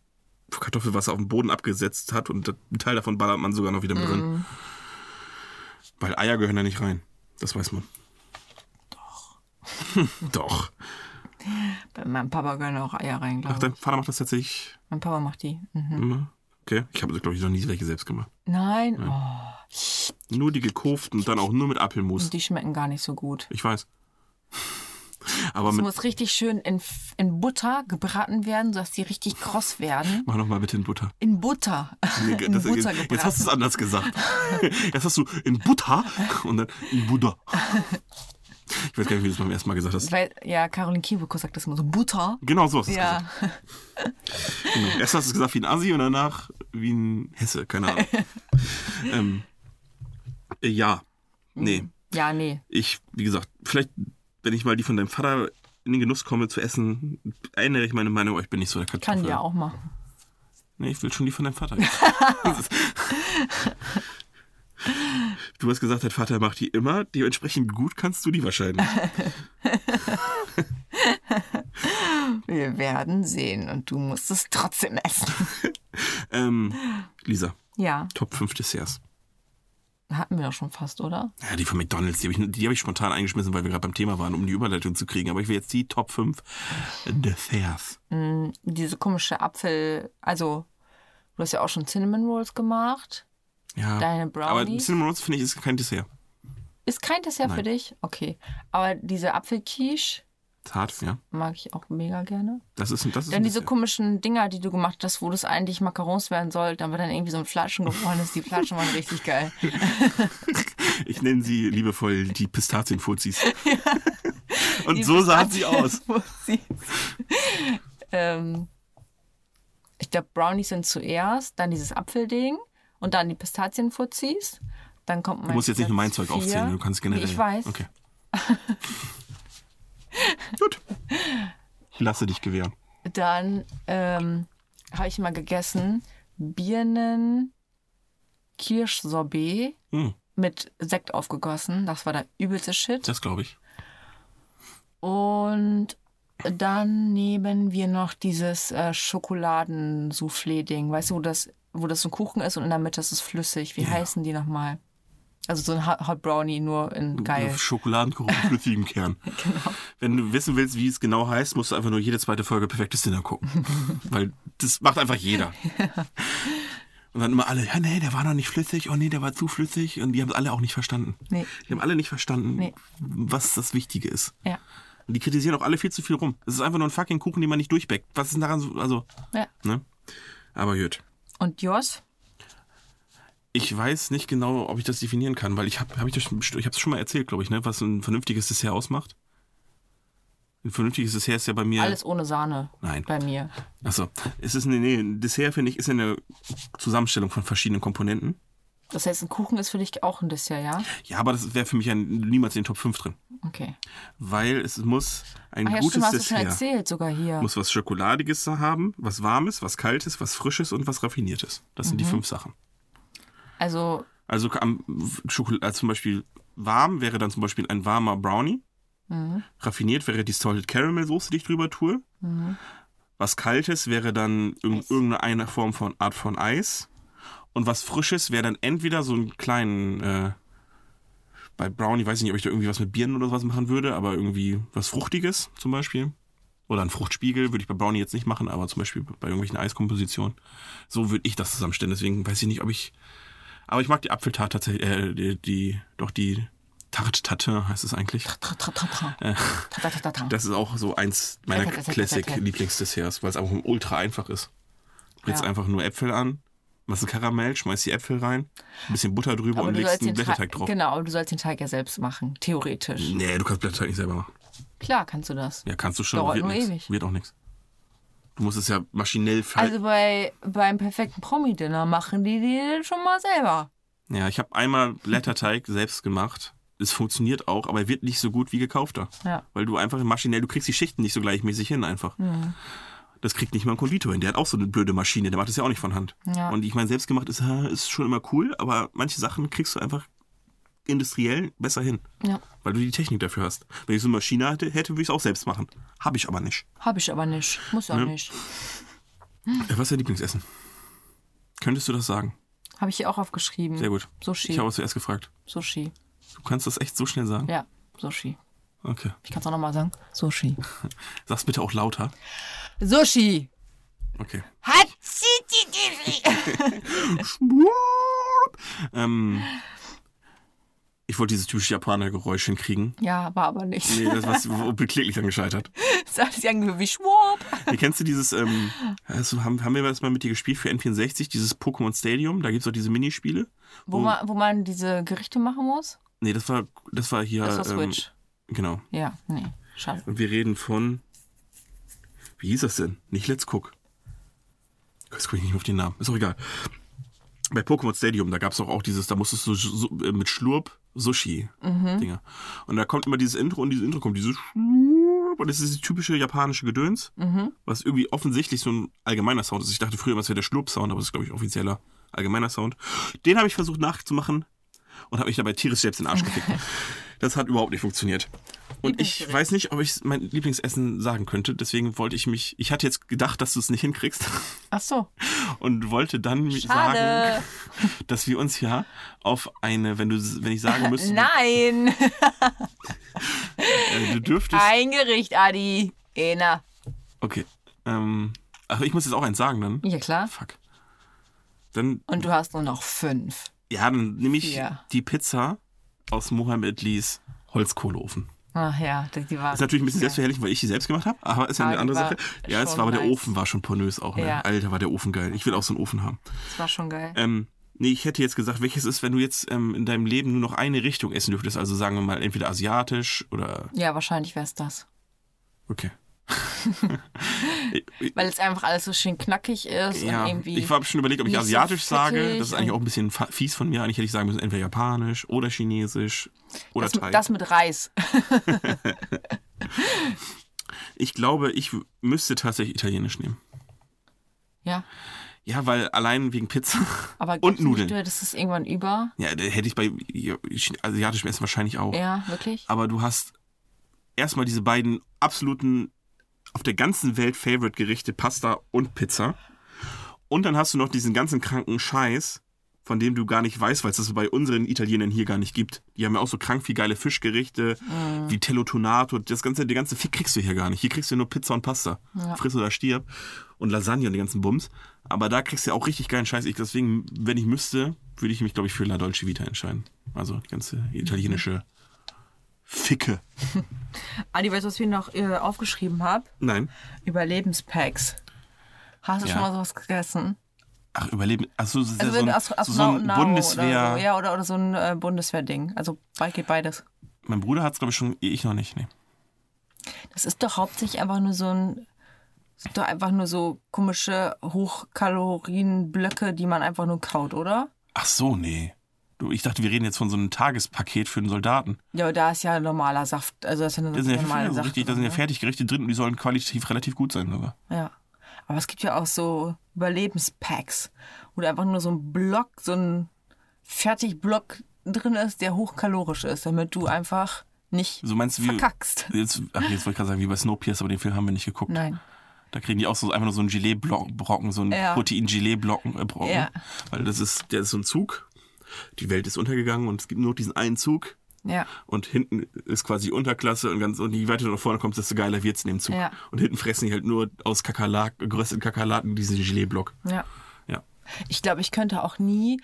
Speaker 1: Kartoffelwasser auf dem Boden abgesetzt hat und einen Teil davon ballert man sogar noch wieder mit drin. Weil Eier gehören da nicht rein. Das weiß man. Doch.
Speaker 2: Bei meinem Papa gehören auch Eier rein,
Speaker 1: Ach,
Speaker 2: glaube ich.
Speaker 1: dein Vater macht das tatsächlich
Speaker 2: Mein Papa macht die. Mhm.
Speaker 1: immer. Okay. Ich habe, glaube ich, noch nie welche selbst gemacht.
Speaker 2: Nein. Oh.
Speaker 1: Nur die gekauften, dann auch nur mit Apfelmus.
Speaker 2: Und die schmecken gar nicht so gut.
Speaker 1: Ich weiß. Aber
Speaker 2: Es
Speaker 1: mit,
Speaker 2: muss richtig schön in, F- in Butter gebraten werden, sodass die richtig kross werden.
Speaker 1: mach noch mal bitte in Butter.
Speaker 2: In Butter.
Speaker 1: Nee,
Speaker 2: in
Speaker 1: das-
Speaker 2: Butter
Speaker 1: jetzt, jetzt
Speaker 2: gebraten.
Speaker 1: hast du es anders gesagt. Jetzt hast du in Butter und dann in Buddha. Ich weiß gar nicht, wie du es beim ersten Mal gesagt hast.
Speaker 2: Weil, ja, Caroline Kiewiko sagt das immer so, Butter.
Speaker 1: Genau so hast du es
Speaker 2: Ja,
Speaker 1: gesagt. Genau. Erst hast du es gesagt wie ein Asi und danach wie ein Hesse. Keine Ahnung. ähm, äh, ja. Nee.
Speaker 2: ja, nee.
Speaker 1: Ich, wie gesagt, vielleicht, wenn ich mal die von deinem Vater in den Genuss komme zu essen, ändere ich meine Meinung, aber ich bin nicht so der Kartoffel.
Speaker 2: Kann die ja auch machen.
Speaker 1: Nee, ich will schon die von deinem Vater. Das ist- du hast gesagt, dein Vater macht die immer. Dementsprechend gut kannst du die wahrscheinlich.
Speaker 2: Wir werden sehen und du musst es trotzdem essen.
Speaker 1: Ähm, Lisa,
Speaker 2: Ja,
Speaker 1: Top 5 Desserts.
Speaker 2: hatten wir doch schon fast, oder?
Speaker 1: Ja, die von McDonalds, die habe ich, die hab ich spontan eingeschmissen, weil wir gerade beim Thema waren, um die Überleitung zu kriegen. Aber ich will jetzt die Top 5 Desserts.
Speaker 2: Mm, Diese komische Apfel, also du hast ja auch schon Cinnamon Rolls gemacht.
Speaker 1: Ja.
Speaker 2: Deine
Speaker 1: Aber
Speaker 2: Brownies?
Speaker 1: Cinnamon Rolls, finde ich, ist kein Dessert.
Speaker 2: Ist kein Dessert für
Speaker 1: Nein.
Speaker 2: dich? Okay. Aber diese Apfelquiche
Speaker 1: Zart, ja.
Speaker 2: mag ich auch mega gerne.
Speaker 1: Das ist, das ist
Speaker 2: Dann
Speaker 1: ein
Speaker 2: diese
Speaker 1: Dessert.
Speaker 2: komischen Dinger, die du gemacht hast, wo das eigentlich Macarons werden sollten, aber dann irgendwie so ein Flaschen geworden ist. Die Flaschen waren richtig geil.
Speaker 1: Ich nenne sie liebevoll die Pistazienfuzis. Und so sahen sie aus.
Speaker 2: Fuzzi. ähm, ich glaube, Brownies sind zuerst, dann dieses Apfelding und dann die Pistazienfuzis. Dann kommt mein
Speaker 1: Du musst jetzt nicht nur mein
Speaker 2: Platz
Speaker 1: Zeug
Speaker 2: vier.
Speaker 1: aufzählen, du kannst generell.
Speaker 2: Ich weiß.
Speaker 1: Okay. Gut. Ich lasse dich gewähren.
Speaker 2: Dann ähm, habe ich mal gegessen Birnen Kirschsorbet
Speaker 1: Hm,
Speaker 2: mit Sekt aufgegossen. Das war der übelste Shit.
Speaker 1: das glaube ich.
Speaker 2: Und dann nehmen wir noch dieses äh, Schokoladensoufflé-Ding. Weißt du, wo das, wo das so ein Kuchen ist und in der Mitte ist es flüssig. Wie heißen die nochmal? Also so ein Hot Hot Brownie nur in geil. Genau.
Speaker 1: Schokoladenkuchen mit flüssigem Kern. Wenn du wissen willst, wie es genau heißt, musst du einfach nur jede zweite Folge perfektes Dinner gucken. Weil das macht einfach jeder. Und dann immer alle, ja, nee, der war noch nicht flüssig, oh nee, der war zu flüssig. Und die haben es alle auch nicht verstanden.
Speaker 2: Nee.
Speaker 1: Die haben alle nicht verstanden,
Speaker 2: Nee.
Speaker 1: was das Wichtige ist.
Speaker 2: Ja.
Speaker 1: Und die kritisieren auch alle viel zu viel rum. Es ist einfach nur ein fucking Kuchen, den man nicht durchbeckt. Was ist denn daran so, also,
Speaker 2: ja.
Speaker 1: ne? Aber gut.
Speaker 2: Und yours?
Speaker 1: Ich weiß nicht genau, ob ich das definieren kann, weil ich habe hab ich das schon, ich hab's schon mal erzählt, glaube ich, ne, was ein vernünftiges Dessert ausmacht. Ein vernünftiges Dessert ist ja bei mir
Speaker 2: Alles ohne Sahne
Speaker 1: Nein.
Speaker 2: bei mir.
Speaker 1: Achso, es ist eine, nee, ein Dessert finde ich ist ja eine Zusammenstellung von verschiedenen Komponenten.
Speaker 2: Das heißt, ein Kuchen ist für dich auch ein Dessert, ja?
Speaker 1: Ja, aber das wäre für mich ein, niemals in den Top 5 drin,
Speaker 2: Okay.
Speaker 1: weil es muss ein
Speaker 2: Ach ja,
Speaker 1: gutes
Speaker 2: stimmt, hast du schon
Speaker 1: Dessert
Speaker 2: erzählt sogar hier.
Speaker 1: muss was schokoladiges haben, was warmes, was kaltes, was frisches und was raffiniertes. Das
Speaker 2: Mhm.
Speaker 1: sind die fünf Sachen.
Speaker 2: Also,
Speaker 1: Also am, Schokol- also zum Beispiel warm wäre dann zum Beispiel ein warmer Brownie. Raffiniert wäre die Salted Caramel Soße, die ich drüber tue. Was kaltes wäre dann irg irgendeine eine Form von Art von Eis. Und was frisches wäre dann entweder so einen kleinen äh, bei Brownie weiß ich nicht, ob ich da irgendwie was mit Birnen oder sowas machen würde, aber irgendwie was Fruchtiges zum Beispiel. Oder ein Fruchtspiegel würde ich bei Brownie jetzt nicht machen, aber zum Beispiel bei irgendwelchen Eiskompositionen. So würde ich das zusammenstellen. Deswegen weiß ich nicht, ob ich aber ich mag die Apfeltat tatsächlich, äh, die, die, doch die Tarte Tatin heißt es eigentlich.
Speaker 2: tra, tra, tra, tra.
Speaker 1: Äh,
Speaker 2: Tra, tra, tra, tra.
Speaker 1: Das ist auch so eins meiner
Speaker 2: Tarte, Tarte, Tarte.
Speaker 1: Classic-Lieblingsdesserts, weil es einfach ultra einfach ist. Du brätst
Speaker 2: Ja.
Speaker 1: einfach nur Äpfel an, machst ein Karamell, schmeißt die Äpfel rein, ein bisschen Butter drüber
Speaker 2: aber
Speaker 1: und
Speaker 2: du
Speaker 1: legst
Speaker 2: sollst
Speaker 1: einen
Speaker 2: den
Speaker 1: Blätterteig
Speaker 2: Teig,
Speaker 1: drauf. Mhm.
Speaker 2: genau, aber du sollst den Teig ja selbst machen, theoretisch.
Speaker 1: Nee, du kannst Blätterteig nicht selber machen.
Speaker 2: Klar kannst du das.
Speaker 1: Ja, kannst du schon, aber
Speaker 2: Dauert
Speaker 1: wird
Speaker 2: nur
Speaker 1: nix.
Speaker 2: ewig.
Speaker 1: Wird auch nichts. Du musst es ja maschinell falten.
Speaker 2: Also bei beim perfekten Promi-Dinner machen die die dann schon mal selber.
Speaker 1: ja, ich habe einmal Blätterteig selbst gemacht. Es funktioniert auch, aber er wird nicht so gut wie gekaufter.
Speaker 2: Ja.
Speaker 1: Weil du einfach maschinell, du kriegst die Schichten nicht so gleichmäßig hin einfach. Das kriegt nicht mal ein Konditor hin. Der hat auch so eine blöde Maschine, der macht das ja auch nicht von Hand.
Speaker 2: Ja.
Speaker 1: Und ich meine, selbstgemacht ist, äh, ist schon immer cool, aber manche Sachen kriegst du einfach industriell besser hin,
Speaker 2: Ja,
Speaker 1: weil du die Technik dafür hast. Wenn ich so eine Maschine hätte, hätte würde ich es auch selbst machen. Habe ich aber nicht.
Speaker 2: habe ich aber nicht. Muss auch
Speaker 1: Ne.
Speaker 2: nicht.
Speaker 1: Äh, Was ist dein Lieblingsessen? Könntest du das sagen?
Speaker 2: Habe ich hier auch aufgeschrieben.
Speaker 1: Sehr gut.
Speaker 2: Sushi.
Speaker 1: Ich habe es zuerst gefragt.
Speaker 2: Sushi.
Speaker 1: Du kannst das echt so schnell sagen.
Speaker 2: Ja, Sushi.
Speaker 1: Okay.
Speaker 2: Ich kann es auch nochmal sagen. Sushi.
Speaker 1: Sag's bitte auch lauter.
Speaker 2: Sushi!
Speaker 1: Okay.
Speaker 2: Hatschititiri.
Speaker 1: Schmort. Ähm, ich wollte dieses typische Japaner-Geräusch hinkriegen.
Speaker 2: Ja, war aber nicht.
Speaker 1: Nee, das was wo- bekläglich dann gescheitert.
Speaker 2: Das hat sich angehört wie Schwab.
Speaker 1: Nee, kennst du dieses, ähm, also haben, haben wir das mal mit dir gespielt für N64, dieses Pokémon Stadium? Da gibt's doch diese Minispiele.
Speaker 2: Wo man, wo man diese Gerichte machen muss?
Speaker 1: Nee, das war, das war hier.
Speaker 2: Das war Switch.
Speaker 1: Ähm, genau.
Speaker 2: Ja, nee. Schade.
Speaker 1: Und wir reden von. Wie hieß das denn? Nicht Let's Cook. Jetzt komme ich nicht mehr auf den Namen. Ist auch egal. Bei Pokémon Stadium, da gab es auch, auch dieses, da musstest du so, so, äh, mit Schlurp Sushi-Dinger. Und da kommt immer dieses Intro und dieses Intro kommt dieses Schlurp. Und das ist dieses typische japanische Gedöns, was irgendwie offensichtlich so ein allgemeiner Sound ist. Ich dachte früher immer, es wäre der Schlurp-Sound, aber das ist, glaube ich, offizieller allgemeiner Sound. Den habe ich versucht nachzumachen und habe mich dabei tierisch selbst in den Arsch gekickt. Das hat überhaupt nicht funktioniert. Und ich weiß nicht, ob ich mein Lieblingsessen sagen könnte. Deswegen wollte ich mich. Ich hatte jetzt gedacht, dass du es nicht hinkriegst
Speaker 2: Ach so.
Speaker 1: und wollte dann
Speaker 2: Schade.
Speaker 1: sagen, dass wir uns ja auf eine, wenn du, wenn ich sagen müsste,
Speaker 2: Nein.
Speaker 1: äh, du dürftest.
Speaker 2: Ein Gericht, Adi. Ena.
Speaker 1: Okay. Ähm, ach, ich muss jetzt auch eins sagen dann.
Speaker 2: Ja, klar.
Speaker 1: Fuck. Dann,
Speaker 2: Und du hast nur noch fünf.
Speaker 1: ja, dann nehme ich
Speaker 2: Ja.
Speaker 1: die Pizza aus Mohammed Lees Holzkohleofen.
Speaker 2: Ach ja, die die war.
Speaker 1: Ist natürlich ein bisschen selbstverherrlichend, weil ich die selbst gemacht habe, aber ist ja
Speaker 2: Aber
Speaker 1: eine
Speaker 2: die
Speaker 1: andere
Speaker 2: war
Speaker 1: Sache. Ja, es
Speaker 2: schon
Speaker 1: war aber der
Speaker 2: nice.
Speaker 1: Ofen war schon pornös auch. Ne?
Speaker 2: Ja.
Speaker 1: Alter, war der Ofen geil. Ich will auch so einen Ofen haben.
Speaker 2: Das war schon geil.
Speaker 1: Ähm, nee, ich hätte jetzt gesagt, welches ist, wenn du jetzt ähm, in deinem Leben nur noch eine Richtung essen dürftest? Also sagen wir mal entweder asiatisch oder.
Speaker 2: Ja, wahrscheinlich wäre es das.
Speaker 1: Okay.
Speaker 2: Weil es einfach alles so schön knackig ist
Speaker 1: Ja,
Speaker 2: und irgendwie.
Speaker 1: ich habe schon überlegt, ob ich
Speaker 2: nicht so
Speaker 1: asiatisch sage.
Speaker 2: fettig
Speaker 1: Das ist eigentlich
Speaker 2: und-
Speaker 1: auch ein bisschen fa- fies von mir. Eigentlich hätte ich sagen müssen, entweder japanisch oder chinesisch oder
Speaker 2: das,
Speaker 1: Thai.
Speaker 2: das mit Reis.
Speaker 1: Ich glaube, ich w- müsste tatsächlich italienisch nehmen.
Speaker 2: Ja.
Speaker 1: Ja, weil allein wegen Pizza
Speaker 2: Aber
Speaker 1: und
Speaker 2: gibt's
Speaker 1: Nudeln.
Speaker 2: Nicht, oder das ist irgendwann über.
Speaker 1: Ja, da hätte ich bei ja, asiatischem Essen wahrscheinlich auch.
Speaker 2: Ja, wirklich.
Speaker 1: aber du hast erstmal diese beiden absoluten auf der ganzen Welt Favorite Gerichte Pasta und Pizza und dann hast du noch diesen ganzen kranken Scheiß von dem du gar nicht weißt, weil es das bei unseren Italienern hier gar nicht gibt. Die haben ja auch so krank viel geile Fischgerichte, wie Tellotonato, das ganze, die ganze Fick kriegst du hier gar nicht. Hier kriegst du nur Pizza und Pasta. Friss oder stirb. Und Lasagne und den ganzen Bums. Aber da kriegst du ja auch richtig geilen Scheiß. Ich, deswegen, wenn ich müsste, würde ich mich, glaube ich, für La Dolce Vita entscheiden. Also die ganze italienische Ficke.
Speaker 2: Adi, weißt du, was wir noch äh, aufgeschrieben haben?
Speaker 1: Nein.
Speaker 2: Überlebenspacks. Hast du
Speaker 1: Ja.
Speaker 2: schon mal sowas gegessen?
Speaker 1: Ach, Überleben. Ach so, das ist ja
Speaker 2: Also
Speaker 1: so ein,
Speaker 2: wenn Ast-
Speaker 1: so, so ein
Speaker 2: Astronauten
Speaker 1: Bundeswehr.
Speaker 2: Oder so. Ja, oder, oder so ein äh, Bundeswehrding. Also bald geht beides.
Speaker 1: Mein Bruder hat es, glaube ich, schon. eh Ich noch nicht. Nee.
Speaker 2: Das ist doch hauptsächlich einfach nur so ein. Sind doch einfach nur so komische Hochkalorienblöcke, die man einfach nur kaut, oder?
Speaker 1: Ach so, nee. Du, ich dachte, wir reden jetzt von so einem Tagespaket für den Soldaten.
Speaker 2: Ja, da ist ja normaler Saft. Also das ist ja eine
Speaker 1: Da sind ja,
Speaker 2: normale
Speaker 1: viele,
Speaker 2: ne?
Speaker 1: so
Speaker 2: Saft. ne?
Speaker 1: richtig, da sind ja Fertiggerichte drin und die sollen qualitativ relativ gut sein sogar.
Speaker 2: Ja. Aber es gibt ja auch so Überlebenspacks, wo da einfach nur so ein Block, so ein Fertigblock drin ist, der hochkalorisch ist, damit du einfach nicht
Speaker 1: So Also meinst du wie.
Speaker 2: verkackst.
Speaker 1: Jetzt, ach, jetzt wollte ich gerade sagen, wie bei Snowpiercer, aber den Film haben wir nicht geguckt.
Speaker 2: Nein.
Speaker 1: Da kriegen die auch so einfach nur so einen Gelee-Brocken, so einen
Speaker 2: Ja.
Speaker 1: Protein-Gelee-Brocken. Äh, Brocken.
Speaker 2: Ja.
Speaker 1: Weil das ist, der ist so ein Zug. Die Welt ist untergegangen und es gibt nur noch diesen einen Zug.
Speaker 2: Ja.
Speaker 1: Und hinten ist quasi die Unterklasse und, ganz, und je weiter du nach vorne kommst, desto geiler wird's in dem Zug.
Speaker 2: Ja.
Speaker 1: Und hinten fressen die halt nur aus Kakerlak, gerösteten Kakerlaken diesen Gelee-Block.
Speaker 2: Ja.
Speaker 1: Ja.
Speaker 2: Ich glaube, ich könnte auch nie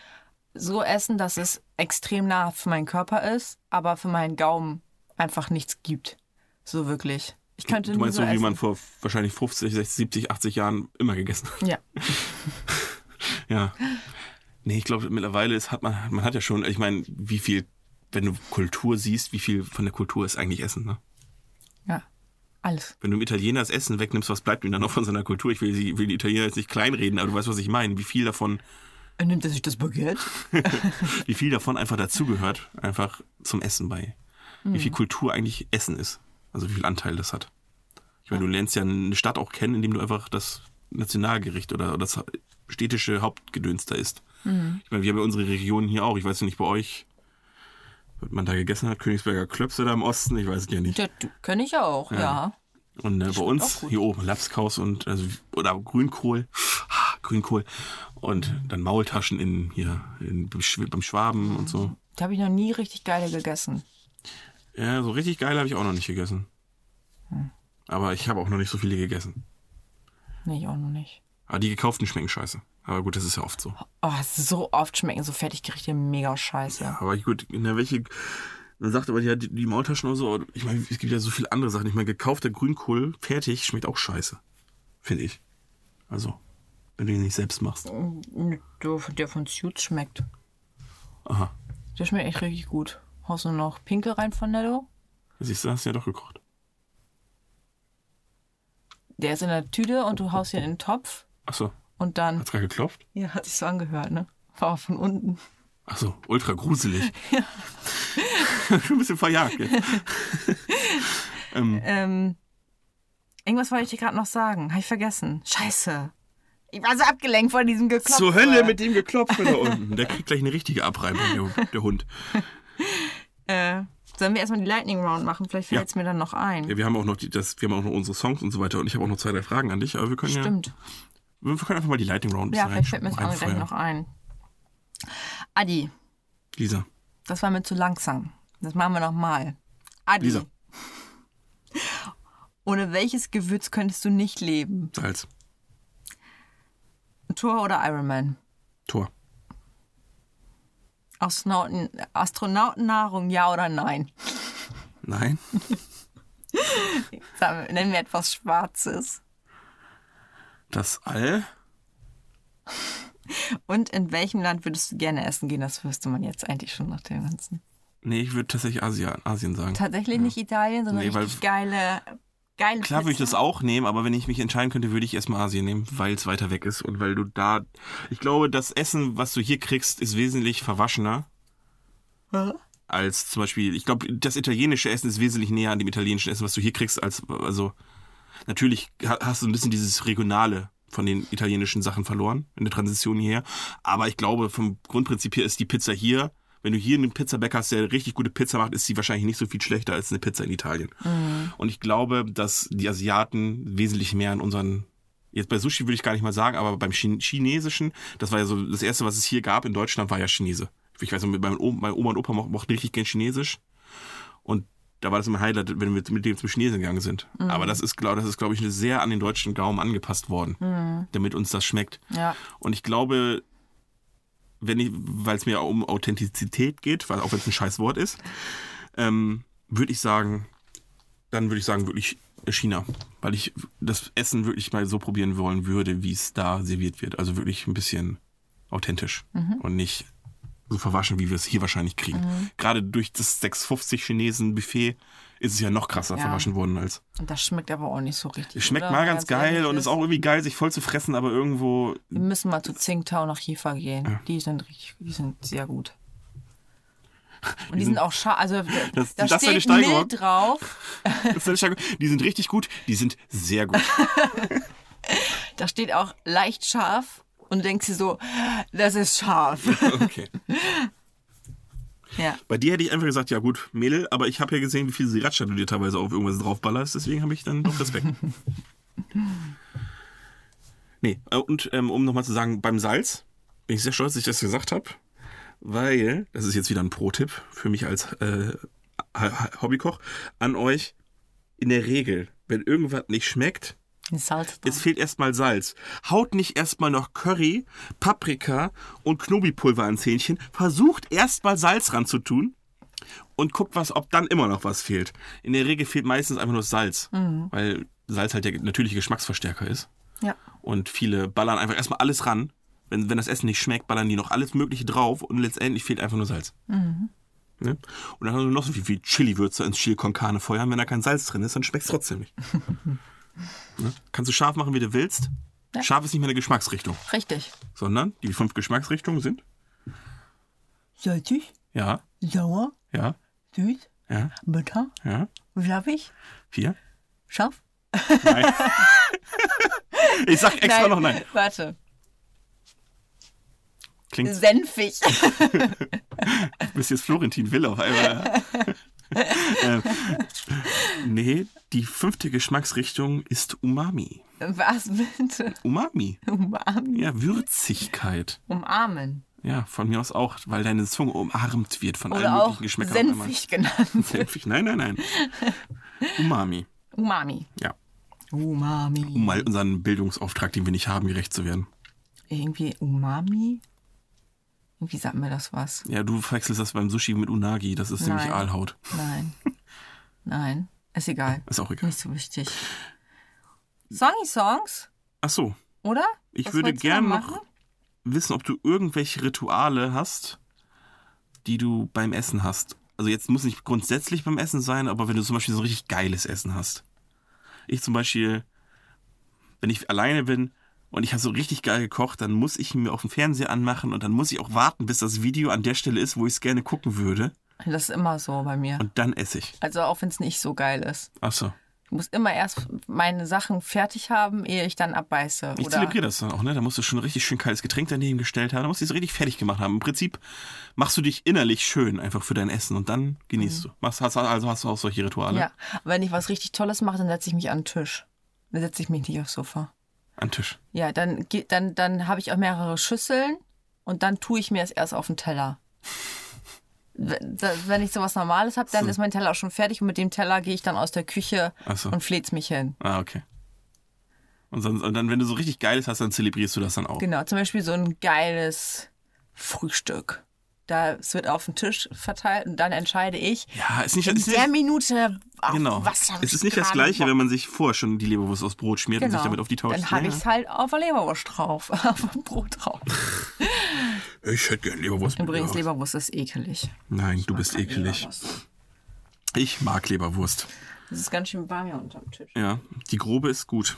Speaker 2: so essen, dass es extrem nah für meinen Körper ist, aber für meinen Gaumen einfach nichts gibt. So wirklich. Ich könnte
Speaker 1: Du meinst
Speaker 2: nie
Speaker 1: so,
Speaker 2: so
Speaker 1: wie
Speaker 2: essen.
Speaker 1: man vor wahrscheinlich 50, 60, 70, 80 Jahren immer gegessen hat.
Speaker 2: ja.
Speaker 1: Ja. Nee, ich glaube, mittlerweile ist, hat man, man hat ja schon, ich meine, wie viel, wenn du Kultur siehst, wie viel von der Kultur ist eigentlich Essen, ne?
Speaker 2: Ja. Alles.
Speaker 1: Wenn du dem Italiener das Essen wegnimmst, was bleibt ihm dann noch von seiner Kultur? Ich will, sie, will die Italiener jetzt nicht kleinreden, aber du weißt, was ich meine. Wie viel davon,
Speaker 2: Er Äh, nimmt er sich das Baguette?
Speaker 1: wie viel davon einfach dazugehört, einfach zum Essen bei.
Speaker 2: Hm.
Speaker 1: Wie viel Kultur eigentlich Essen ist. Also wie viel Anteil das hat. Ich meine, du lernst ja eine Stadt auch kennen, indem du einfach das Nationalgericht oder das städtische Hauptgedöns da isst.
Speaker 2: Hm.
Speaker 1: Ich meine, wir haben ja unsere Regionen hier auch. Ich weiß ja nicht, bei euch, was man da gegessen hat, Königsberger Klöpse da im Osten, ich weiß es ja nicht.
Speaker 2: Ja, du- kenn ich auch, ja.
Speaker 1: Und äh, bei
Speaker 2: auch
Speaker 1: uns
Speaker 2: gut.
Speaker 1: hier oben Lapskaus und also, oder Grünkohl. Ah, Grünkohl. Und dann Maultaschen in, hier in, beim Schwaben und so.
Speaker 2: Da habe ich noch nie richtig geile gegessen.
Speaker 1: Ja, so richtig geil habe ich auch noch nicht gegessen. Aber ich habe auch noch nicht so viele gegessen.
Speaker 2: Nee, ich auch noch nicht.
Speaker 1: Aber die gekauften schmecken scheiße. Aber gut, das ist ja oft so.
Speaker 2: Oh, so oft schmecken so Fertiggerichte mega scheiße.
Speaker 1: Aber gut, na, welche. Man sagt aber ja, die, die Maultaschen oder so. aber Ich meine, es gibt ja so viele andere Sachen. Ich meine, gekaufter Grünkohl fertig schmeckt auch scheiße. Finde ich. Also, wenn du ihn nicht selbst machst.
Speaker 2: Der, der von Suits schmeckt.
Speaker 1: Aha.
Speaker 2: Der schmeckt echt richtig gut. Haust nur noch Pinkel rein von Nello.
Speaker 1: Siehst du, hast du ja doch gekocht.
Speaker 2: Der ist in der Tüte und du haust ihn in den Topf
Speaker 1: Achso,
Speaker 2: und dann.
Speaker 1: hat's gerade geklopft?
Speaker 2: Ja, hat sich so angehört, ne? War von unten.
Speaker 1: Achso, ultra gruselig. Ja. Schon ein bisschen verjagt jetzt. ähm,
Speaker 2: Ähm, irgendwas wollte ich dir gerade noch sagen. Habe ich vergessen. Scheiße. Ich war so abgelenkt von diesem Geklopfe.
Speaker 1: zur Hölle mit dem Geklopfe da unten. Der kriegt gleich eine richtige Abreibung, der, der Hund.
Speaker 2: Äh, sollen wir erstmal die Lightning Round machen? Vielleicht fällt es mir dann noch ein.
Speaker 1: Ja, wir haben auch noch die, das, wir haben auch noch unsere Songs und so weiter. Und ich habe auch noch zwei, drei Fragen an dich, aber wir können ja.
Speaker 2: Stimmt.
Speaker 1: Wir können einfach mal die Lighting Round ein
Speaker 2: Ja,
Speaker 1: bisschen
Speaker 2: vielleicht fällt mir das
Speaker 1: rein-
Speaker 2: auch gleich
Speaker 1: reinfeuern.
Speaker 2: noch ein. Adi,
Speaker 1: Lisa.
Speaker 2: das war mir zu langsam. Das machen wir nochmal. Adi.
Speaker 1: Lisa.
Speaker 2: Ohne welches Gewürz könntest du nicht leben?
Speaker 1: Salz.
Speaker 2: Thor oder Iron Man?
Speaker 1: Tor.
Speaker 2: Astronauten, Astronautennahrung, ja oder nein?
Speaker 1: Nein.
Speaker 2: Sagen wir- Nennen wir etwas Schwarzes.
Speaker 1: Das All.
Speaker 2: Und in welchem Land würdest du gerne essen gehen? Das wüsste man jetzt eigentlich schon nach dem Ganzen.
Speaker 1: Nee, ich würde tatsächlich Asien, Asien sagen.
Speaker 2: Tatsächlich nicht Italien, sondern
Speaker 1: Nee, weil-
Speaker 2: richtig geile, geile
Speaker 1: Klar würde ich
Speaker 2: Pizza.
Speaker 1: das auch nehmen, aber wenn ich mich entscheiden könnte, würde ich erstmal Asien nehmen, weil es weiter weg ist und weil du da. Ich glaube, das Essen, was du hier kriegst, ist wesentlich verwaschener
Speaker 2: Hä?
Speaker 1: als zum Beispiel. Ich glaube, das italienische Essen ist wesentlich näher an dem italienischen Essen, was du hier kriegst, als. Also, natürlich ha- hast du ein bisschen dieses Regionale von den italienischen Sachen verloren in der Transition hierher. Aber ich glaube, vom Grundprinzip her ist die Pizza hier. Wenn du hier einen Pizzabäcker hast, der richtig gute Pizza macht, ist sie wahrscheinlich nicht so viel schlechter als eine Pizza in Italien. Und ich glaube, dass die Asiaten wesentlich mehr an unseren. Jetzt bei Sushi würde ich gar nicht mal sagen, aber beim Chin- Chinesischen, das war ja so das erste, was es hier gab in Deutschland, war ja Chinese. Ich weiß noch, mit meinem O- meine Oma und Opa mo- mochten richtig gern Chinesisch. Und da war das immer ein Highlight, wenn wir mit dem zum Chinesen gegangen sind. Aber das ist, glaube das ist, glaube ich, sehr an den deutschen Gaumen angepasst worden, damit uns das schmeckt.
Speaker 2: Ja.
Speaker 1: Und ich glaube, wenn ich, weil es mir um Authentizität geht, weil auch wenn es ein scheiß Wort ist, ähm, würde ich sagen, dann würde ich sagen, wirklich China. Weil ich das Essen wirklich mal so probieren wollen würde, wie es da serviert wird. Also wirklich ein bisschen authentisch
Speaker 2: Mhm.
Speaker 1: und nicht so verwaschen, wie wir es hier wahrscheinlich kriegen. Gerade durch das 650 Chinesen Buffet ist es ja noch krasser
Speaker 2: Ja.
Speaker 1: verwaschen worden als.
Speaker 2: Und das schmeckt aber auch nicht so richtig.
Speaker 1: Es schmeckt
Speaker 2: oder?
Speaker 1: mal
Speaker 2: Wenn man
Speaker 1: ganz geil
Speaker 2: ehrlich
Speaker 1: und ist auch Äh. irgendwie geil, sich voll zu fressen, aber irgendwo
Speaker 2: Wir müssen mal zu Tsingtao nach Hiefer gehen. Die sind richtig, die sind sehr gut. Und die, sind, auch scharf. Also
Speaker 1: Das-
Speaker 2: da
Speaker 1: das ist eine
Speaker 2: steht
Speaker 1: Steigerung.
Speaker 2: mild drauf.
Speaker 1: Das ist stark. Die sind richtig gut, die sind sehr gut.
Speaker 2: Da steht auch leicht scharf. Und du denkst dir so, das ist scharf.
Speaker 1: Okay.
Speaker 2: Ja.
Speaker 1: Bei dir hätte ich einfach gesagt, ja gut, Mädel, aber ich habe ja gesehen, wie viel Sriracha du dir teilweise auf irgendwas draufballerst, deswegen habe ich dann doch Respekt. nee, äh, und ähm, um nochmal zu sagen, beim Salz bin ich sehr stolz, dass ich das gesagt habe, weil, das ist jetzt wieder ein Pro-Tipp für mich als äh, Ha- Ha- Hobbykoch, an euch, in der Regel, wenn irgendwas nicht schmeckt,
Speaker 2: Das Salz
Speaker 1: Es fehlt erstmal Salz. Haut nicht erstmal noch Curry, Paprika und Knobipulver ans Hähnchen. Versucht erstmal Salz ranzutun und guckt, was, ob dann immer noch was fehlt. In der Regel fehlt meistens einfach nur das Salz, weil Salz halt der natürliche Geschmacksverstärker ist.
Speaker 2: Ja.
Speaker 1: Und viele ballern einfach erstmal alles ran. Wenn, wenn das Essen nicht schmeckt, ballern die noch alles Mögliche drauf und letztendlich fehlt einfach nur Salz. Ne? Und dann haben wir noch so viel, viel Chili-Würze ins Chili con Carne feuern. Wenn da kein Salz drin ist, dann schmeckt es trotzdem nicht. ne? Kannst du scharf machen, wie du willst. Scharf ist nicht mehr eine Geschmacksrichtung,
Speaker 2: Richtig.
Speaker 1: sondern die fünf Geschmacksrichtungen sind
Speaker 2: Salzig,
Speaker 1: ja,
Speaker 2: sauer,
Speaker 1: ja,
Speaker 2: süß,
Speaker 1: ja,
Speaker 2: bitter,
Speaker 1: ja,
Speaker 2: schlappig,
Speaker 1: vier.
Speaker 2: scharf.
Speaker 1: Nein. ich sag extra noch nein.
Speaker 2: Warte.
Speaker 1: Klingt
Speaker 2: Senfig.
Speaker 1: bist jetzt Florentin Will auf einmal. ähm, nee, die fünfte Geschmacksrichtung ist Umami.
Speaker 2: Was bitte?
Speaker 1: Umami.
Speaker 2: Umarmen.
Speaker 1: Ja, Würzigkeit.
Speaker 2: Umarmen.
Speaker 1: Ja, von mir aus auch, weil deine Zunge umarmt wird von allen
Speaker 2: Oder auch
Speaker 1: möglichen Geschmäckern. auf einmal.
Speaker 2: senfig genannt.
Speaker 1: Senfig. Nein, nein, nein. Umami.
Speaker 2: Umami.
Speaker 1: Ja. Um
Speaker 2: Umami.
Speaker 1: mal unseren Bildungsauftrag, den wir nicht haben, gerecht zu werden.
Speaker 2: Irgendwie Umami? Irgendwie sagt mir das was.
Speaker 1: Ja, du verwechselst das beim Sushi mit Unagi. Das ist nämlich
Speaker 2: Nein.
Speaker 1: Aalhaut.
Speaker 2: Nein. Nein. Ist egal.
Speaker 1: Ist auch egal.
Speaker 2: Nicht so wichtig. Songy Songs,
Speaker 1: Ach so.
Speaker 2: oder?
Speaker 1: Ich
Speaker 2: Was
Speaker 1: würde
Speaker 2: wolltest du
Speaker 1: gerne
Speaker 2: da
Speaker 1: noch
Speaker 2: machen?
Speaker 1: wissen, ob du irgendwelche Rituale hast, die du beim Essen hast. Also jetzt muss nicht grundsätzlich beim Essen sein, aber wenn du zum Beispiel so ein richtig geiles Essen hast. Ich zum Beispiel, wenn ich alleine bin und ich habe so richtig geil gekocht, dann muss ich ihn mir auf dem Fernseher anmachen und dann muss ich auch warten, bis das Video an der Stelle ist, wo ich es gerne gucken würde.
Speaker 2: Das ist immer so bei mir.
Speaker 1: Und dann esse ich.
Speaker 2: Also auch wenn es nicht so geil ist.
Speaker 1: Ach so.
Speaker 2: Ich muss immer erst meine Sachen fertig haben, ehe ich dann abbeiße.
Speaker 1: Ich
Speaker 2: oder
Speaker 1: zelebriere das dann auch, ne? Da musst du schon richtig schön kaltes Getränk daneben gestellt haben. Da musst du es richtig fertig gemacht haben. Im Prinzip machst du dich innerlich schön einfach für dein Essen und dann genießt du. Machst, hast, also hast du auch solche Rituale
Speaker 2: Mhm. Ja. Und wenn ich was richtig Tolles mache, dann setze ich mich an den Tisch. Dann setze ich mich nicht aufs Sofa.
Speaker 1: am Tisch.
Speaker 2: Ja, dann, ge- dann, dann habe ich auch mehrere Schüsseln und dann tue ich mir es erst auf den Teller. W- da- Wenn ich sowas Normales habe, dann ist mein Teller auch schon fertig und mit dem Teller gehe ich dann aus der Küche
Speaker 1: Ach so.
Speaker 2: und fleht's mich hin.
Speaker 1: Ah, okay. Und, sonst, und dann, wenn du so richtig Geiles hast, dann zelebrierst du das dann auch.
Speaker 2: Genau, zum Beispiel so ein geiles Frühstück. Da es wird auf den Tisch verteilt und dann entscheide ich
Speaker 1: Ja, ist nicht,
Speaker 2: in
Speaker 1: ist
Speaker 2: der
Speaker 1: nicht
Speaker 2: Minute auf
Speaker 1: genau.
Speaker 2: was habe
Speaker 1: Es
Speaker 2: ich
Speaker 1: ist nicht das
Speaker 2: gerade
Speaker 1: Gleiche,
Speaker 2: Bock.
Speaker 1: wenn man sich vorher schon die Leberwurst aus Brot schmiert und
Speaker 2: genau.
Speaker 1: sich damit auf die ne? Couch
Speaker 2: Dann habe
Speaker 1: Ja.
Speaker 2: ich es halt auf der Leberwurst drauf, auf dem Brot drauf.
Speaker 1: ne? Ich hätte gerne Leberwurst. mit
Speaker 2: Übrigens,
Speaker 1: Leberwurst.
Speaker 2: Leberwurst ist ekelig.
Speaker 1: Nein, du bist eklig.
Speaker 2: Leberwurst.
Speaker 1: Ich mag Leberwurst.
Speaker 2: Das ist ganz schön warm hier unterm Tisch.
Speaker 1: Ja, die grobe ist gut.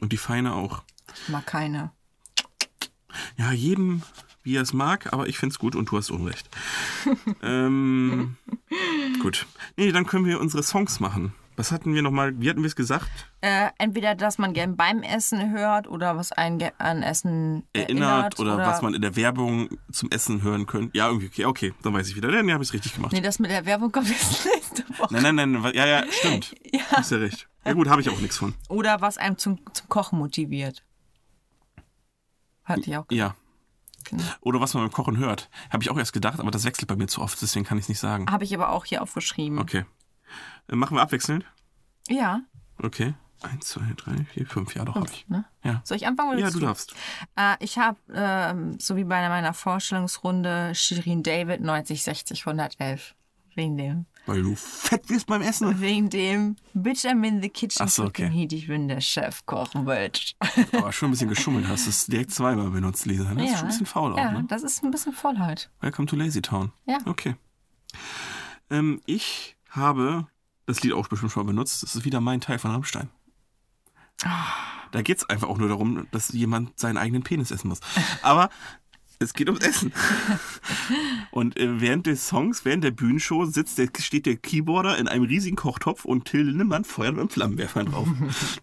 Speaker 1: Und die feine auch.
Speaker 2: Ich mag keine.
Speaker 1: Ja, jedem, wie er es mag, aber ich finde es gut und du hast Unrecht. ähm, gut. Nee, dann können wir unsere Songs machen. Was hatten wir nochmal? Wie hatten wir es gesagt?
Speaker 2: Äh, entweder, dass man gern beim Essen hört oder was einen ge- an Essen
Speaker 1: Erinnert,
Speaker 2: erinnert.
Speaker 1: oder, was man in der Werbung zum Essen hören könnte. Ja, irgendwie, okay, okay, dann weiß ich wieder. Dann habe ich es richtig gemacht.
Speaker 2: Nee, das mit der Werbung kommt jetzt nächste Woche.
Speaker 1: Nein, nein, nein, wa- ja, ja, stimmt.
Speaker 2: Ja.
Speaker 1: Hast ja recht. Ja gut, habe ich auch nichts von.
Speaker 2: Oder was einem zum, zum Kochen motiviert. Hatte ich auch.
Speaker 1: Ja.
Speaker 2: Genau.
Speaker 1: Oder was man beim Kochen hört. Habe ich auch erst gedacht, aber das wechselt bei mir zu oft, deswegen kann ich es nicht sagen.
Speaker 2: Habe ich aber auch hier aufgeschrieben.
Speaker 1: Okay. Äh, Machen wir abwechselnd?
Speaker 2: Ja.
Speaker 1: Okay. Eins, zwei, drei, vier, fünf. Ja, doch, habe ich.
Speaker 2: Ne?
Speaker 1: Ja.
Speaker 2: Soll ich anfangen? Oder
Speaker 1: Ja,
Speaker 2: willst
Speaker 1: du darfst.
Speaker 2: Äh, ich habe, ähm, so wie bei meiner Vorstellungsrunde, Shirin David 90, 60, 111. Wegen dem.
Speaker 1: Weil du fett wirst beim Essen.
Speaker 2: Wegen dem Bitch, I'm in the kitchen
Speaker 1: Ach so, okay.
Speaker 2: cooking heat. Ich bin der Chef, kochen, Bitch.
Speaker 1: Aber schon ein bisschen geschummelt hast. Das direkt zweimal benutzt, Lisa. Das ist schon ein bisschen faul auch,
Speaker 2: Ja,
Speaker 1: ne?
Speaker 2: das ist ein bisschen Vollheit.
Speaker 1: Welcome to Lazy Town.
Speaker 2: Ja.
Speaker 1: Okay. Ähm, ich habe das Lied auch bestimmt schon mal benutzt. Das ist wieder mein Teil von Rammstein. Da geht es einfach auch nur darum, dass jemand seinen eigenen Penis essen muss. Aber es geht ums Essen. Und äh, während des Songs, während der Bühnenshow sitzt der, steht der Keyboarder in einem riesigen Kochtopf und Till Lindemann feuert mit einem Flammenwerfer drauf.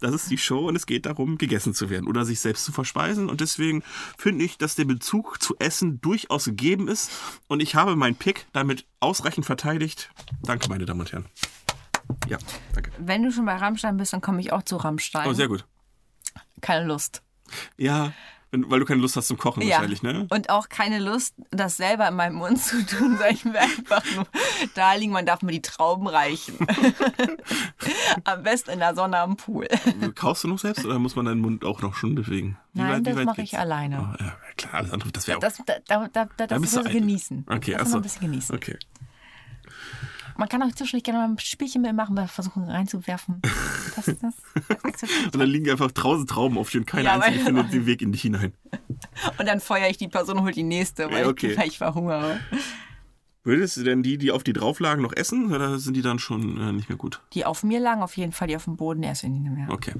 Speaker 1: Das ist die Show und es geht darum, gegessen zu werden oder sich selbst zu verspeisen. Und deswegen finde ich, dass der Bezug zu Essen durchaus gegeben ist. Und ich habe meinen Pick damit ausreichend verteidigt. Danke, meine Damen und Herren. Ja, danke.
Speaker 2: Wenn du schon bei Rammstein bist, dann komme ich auch zu Rammstein.
Speaker 1: Oh, sehr gut.
Speaker 2: Keine Lust.
Speaker 1: Ja, wenn, weil du keine Lust hast zum Kochen wahrscheinlich, ne?
Speaker 2: Und auch keine Lust, das selber in meinem Mund zu tun, sondern ich will einfach nur da liegen, man darf mir die Trauben reichen. am besten in der Sonne am Pool.
Speaker 1: Kaufst du noch selbst oder muss man deinen Mund auch noch schon bewegen? Wie
Speaker 2: Nein,
Speaker 1: weit- wie
Speaker 2: das
Speaker 1: weit
Speaker 2: mache ich
Speaker 1: geht's?
Speaker 2: alleine.
Speaker 1: Ah, ja, klar, alles andere, das wäre auch.
Speaker 2: Das, da, da, da, da, das
Speaker 1: bist
Speaker 2: ist
Speaker 1: du
Speaker 2: das
Speaker 1: eitel.
Speaker 2: Genießen.
Speaker 1: Okay,
Speaker 2: das ist
Speaker 1: achso.
Speaker 2: noch ein bisschen genießen.
Speaker 1: Okay.
Speaker 2: Man kann auch zwischendurch gerne mal ein Spielchen mitmachen, mal versuchen reinzuwerfen. Das, das, das akzeptiere
Speaker 1: Und dann liegen einfach tausend Trauben auf dir und keine
Speaker 2: Ja,
Speaker 1: einzige
Speaker 2: weil-
Speaker 1: findet den Weg in dich hinein.
Speaker 2: ich. Und dann feuere ich die Person und hole die nächste, weil,
Speaker 1: Ja, okay.
Speaker 2: ich, weil ich verhungere.
Speaker 1: Würdest du denn die, die auf die drauf lagen, noch essen oder sind die dann schon äh, nicht mehr gut?
Speaker 2: Die auf mir lagen auf jeden Fall, die auf dem Boden erst nicht mehr.
Speaker 1: Okay.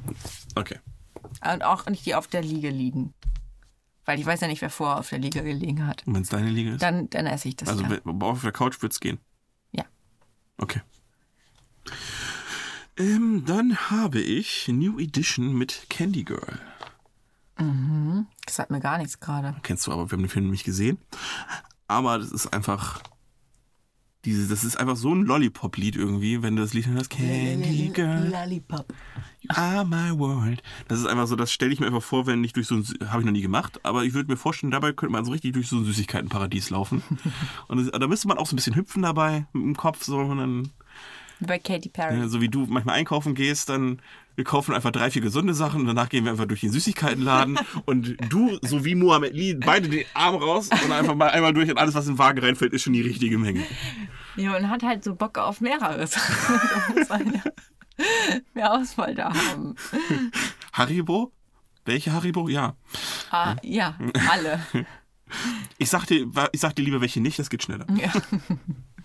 Speaker 1: Okay.
Speaker 2: Und auch nicht die auf der Liege liegen. Weil ich weiß ja nicht, wer vorher auf der Liege gelegen hat.
Speaker 1: Und wenn es deine Liege ist?
Speaker 2: Dann, dann esse ich das
Speaker 1: also
Speaker 2: ja.
Speaker 1: wenn- auf der Couch wird's gehen.
Speaker 2: Ja.
Speaker 1: Okay. Ähm, dann habe ich New Edition mit Candy Girl.
Speaker 2: Das hat mir gar nichts gerade.
Speaker 1: Kennst du aber, wir haben den Film nicht gesehen. Aber das ist einfach Diese, das ist einfach so ein Lollipop-Lied irgendwie, wenn du das Lied hörst. Candy Girl.
Speaker 2: Lollipop.
Speaker 1: Ah, my world. Das ist einfach so, das stelle ich mir einfach vor, wenn ich durch so ein, habe ich noch nie gemacht, aber ich würde mir vorstellen, dabei könnte man so richtig durch so ein Süßigkeitenparadies laufen. Und das, da müsste man auch so ein bisschen hüpfen dabei, mit dem Kopf so, und dann,
Speaker 2: Wie bei Katy Perry.
Speaker 1: äh, so wie du manchmal einkaufen gehst, dann, wir kaufen einfach drei, vier gesunde Sachen und danach gehen wir einfach durch den Süßigkeitenladen und du, so wie Muhammad Lee, beide den Arm raus und einfach mal einmal durch und alles, was in den Wagen reinfällt, ist schon die richtige Menge.
Speaker 2: Ja, man hat halt so Bock auf mehreres. Da muss man ja mehr Auswahl da haben.
Speaker 1: Haribo? Welche Haribo? Ja.
Speaker 2: Ah, ja, alle.
Speaker 1: Ich sag dir, ich sag dir lieber welche nicht, das geht schneller.
Speaker 2: Ja.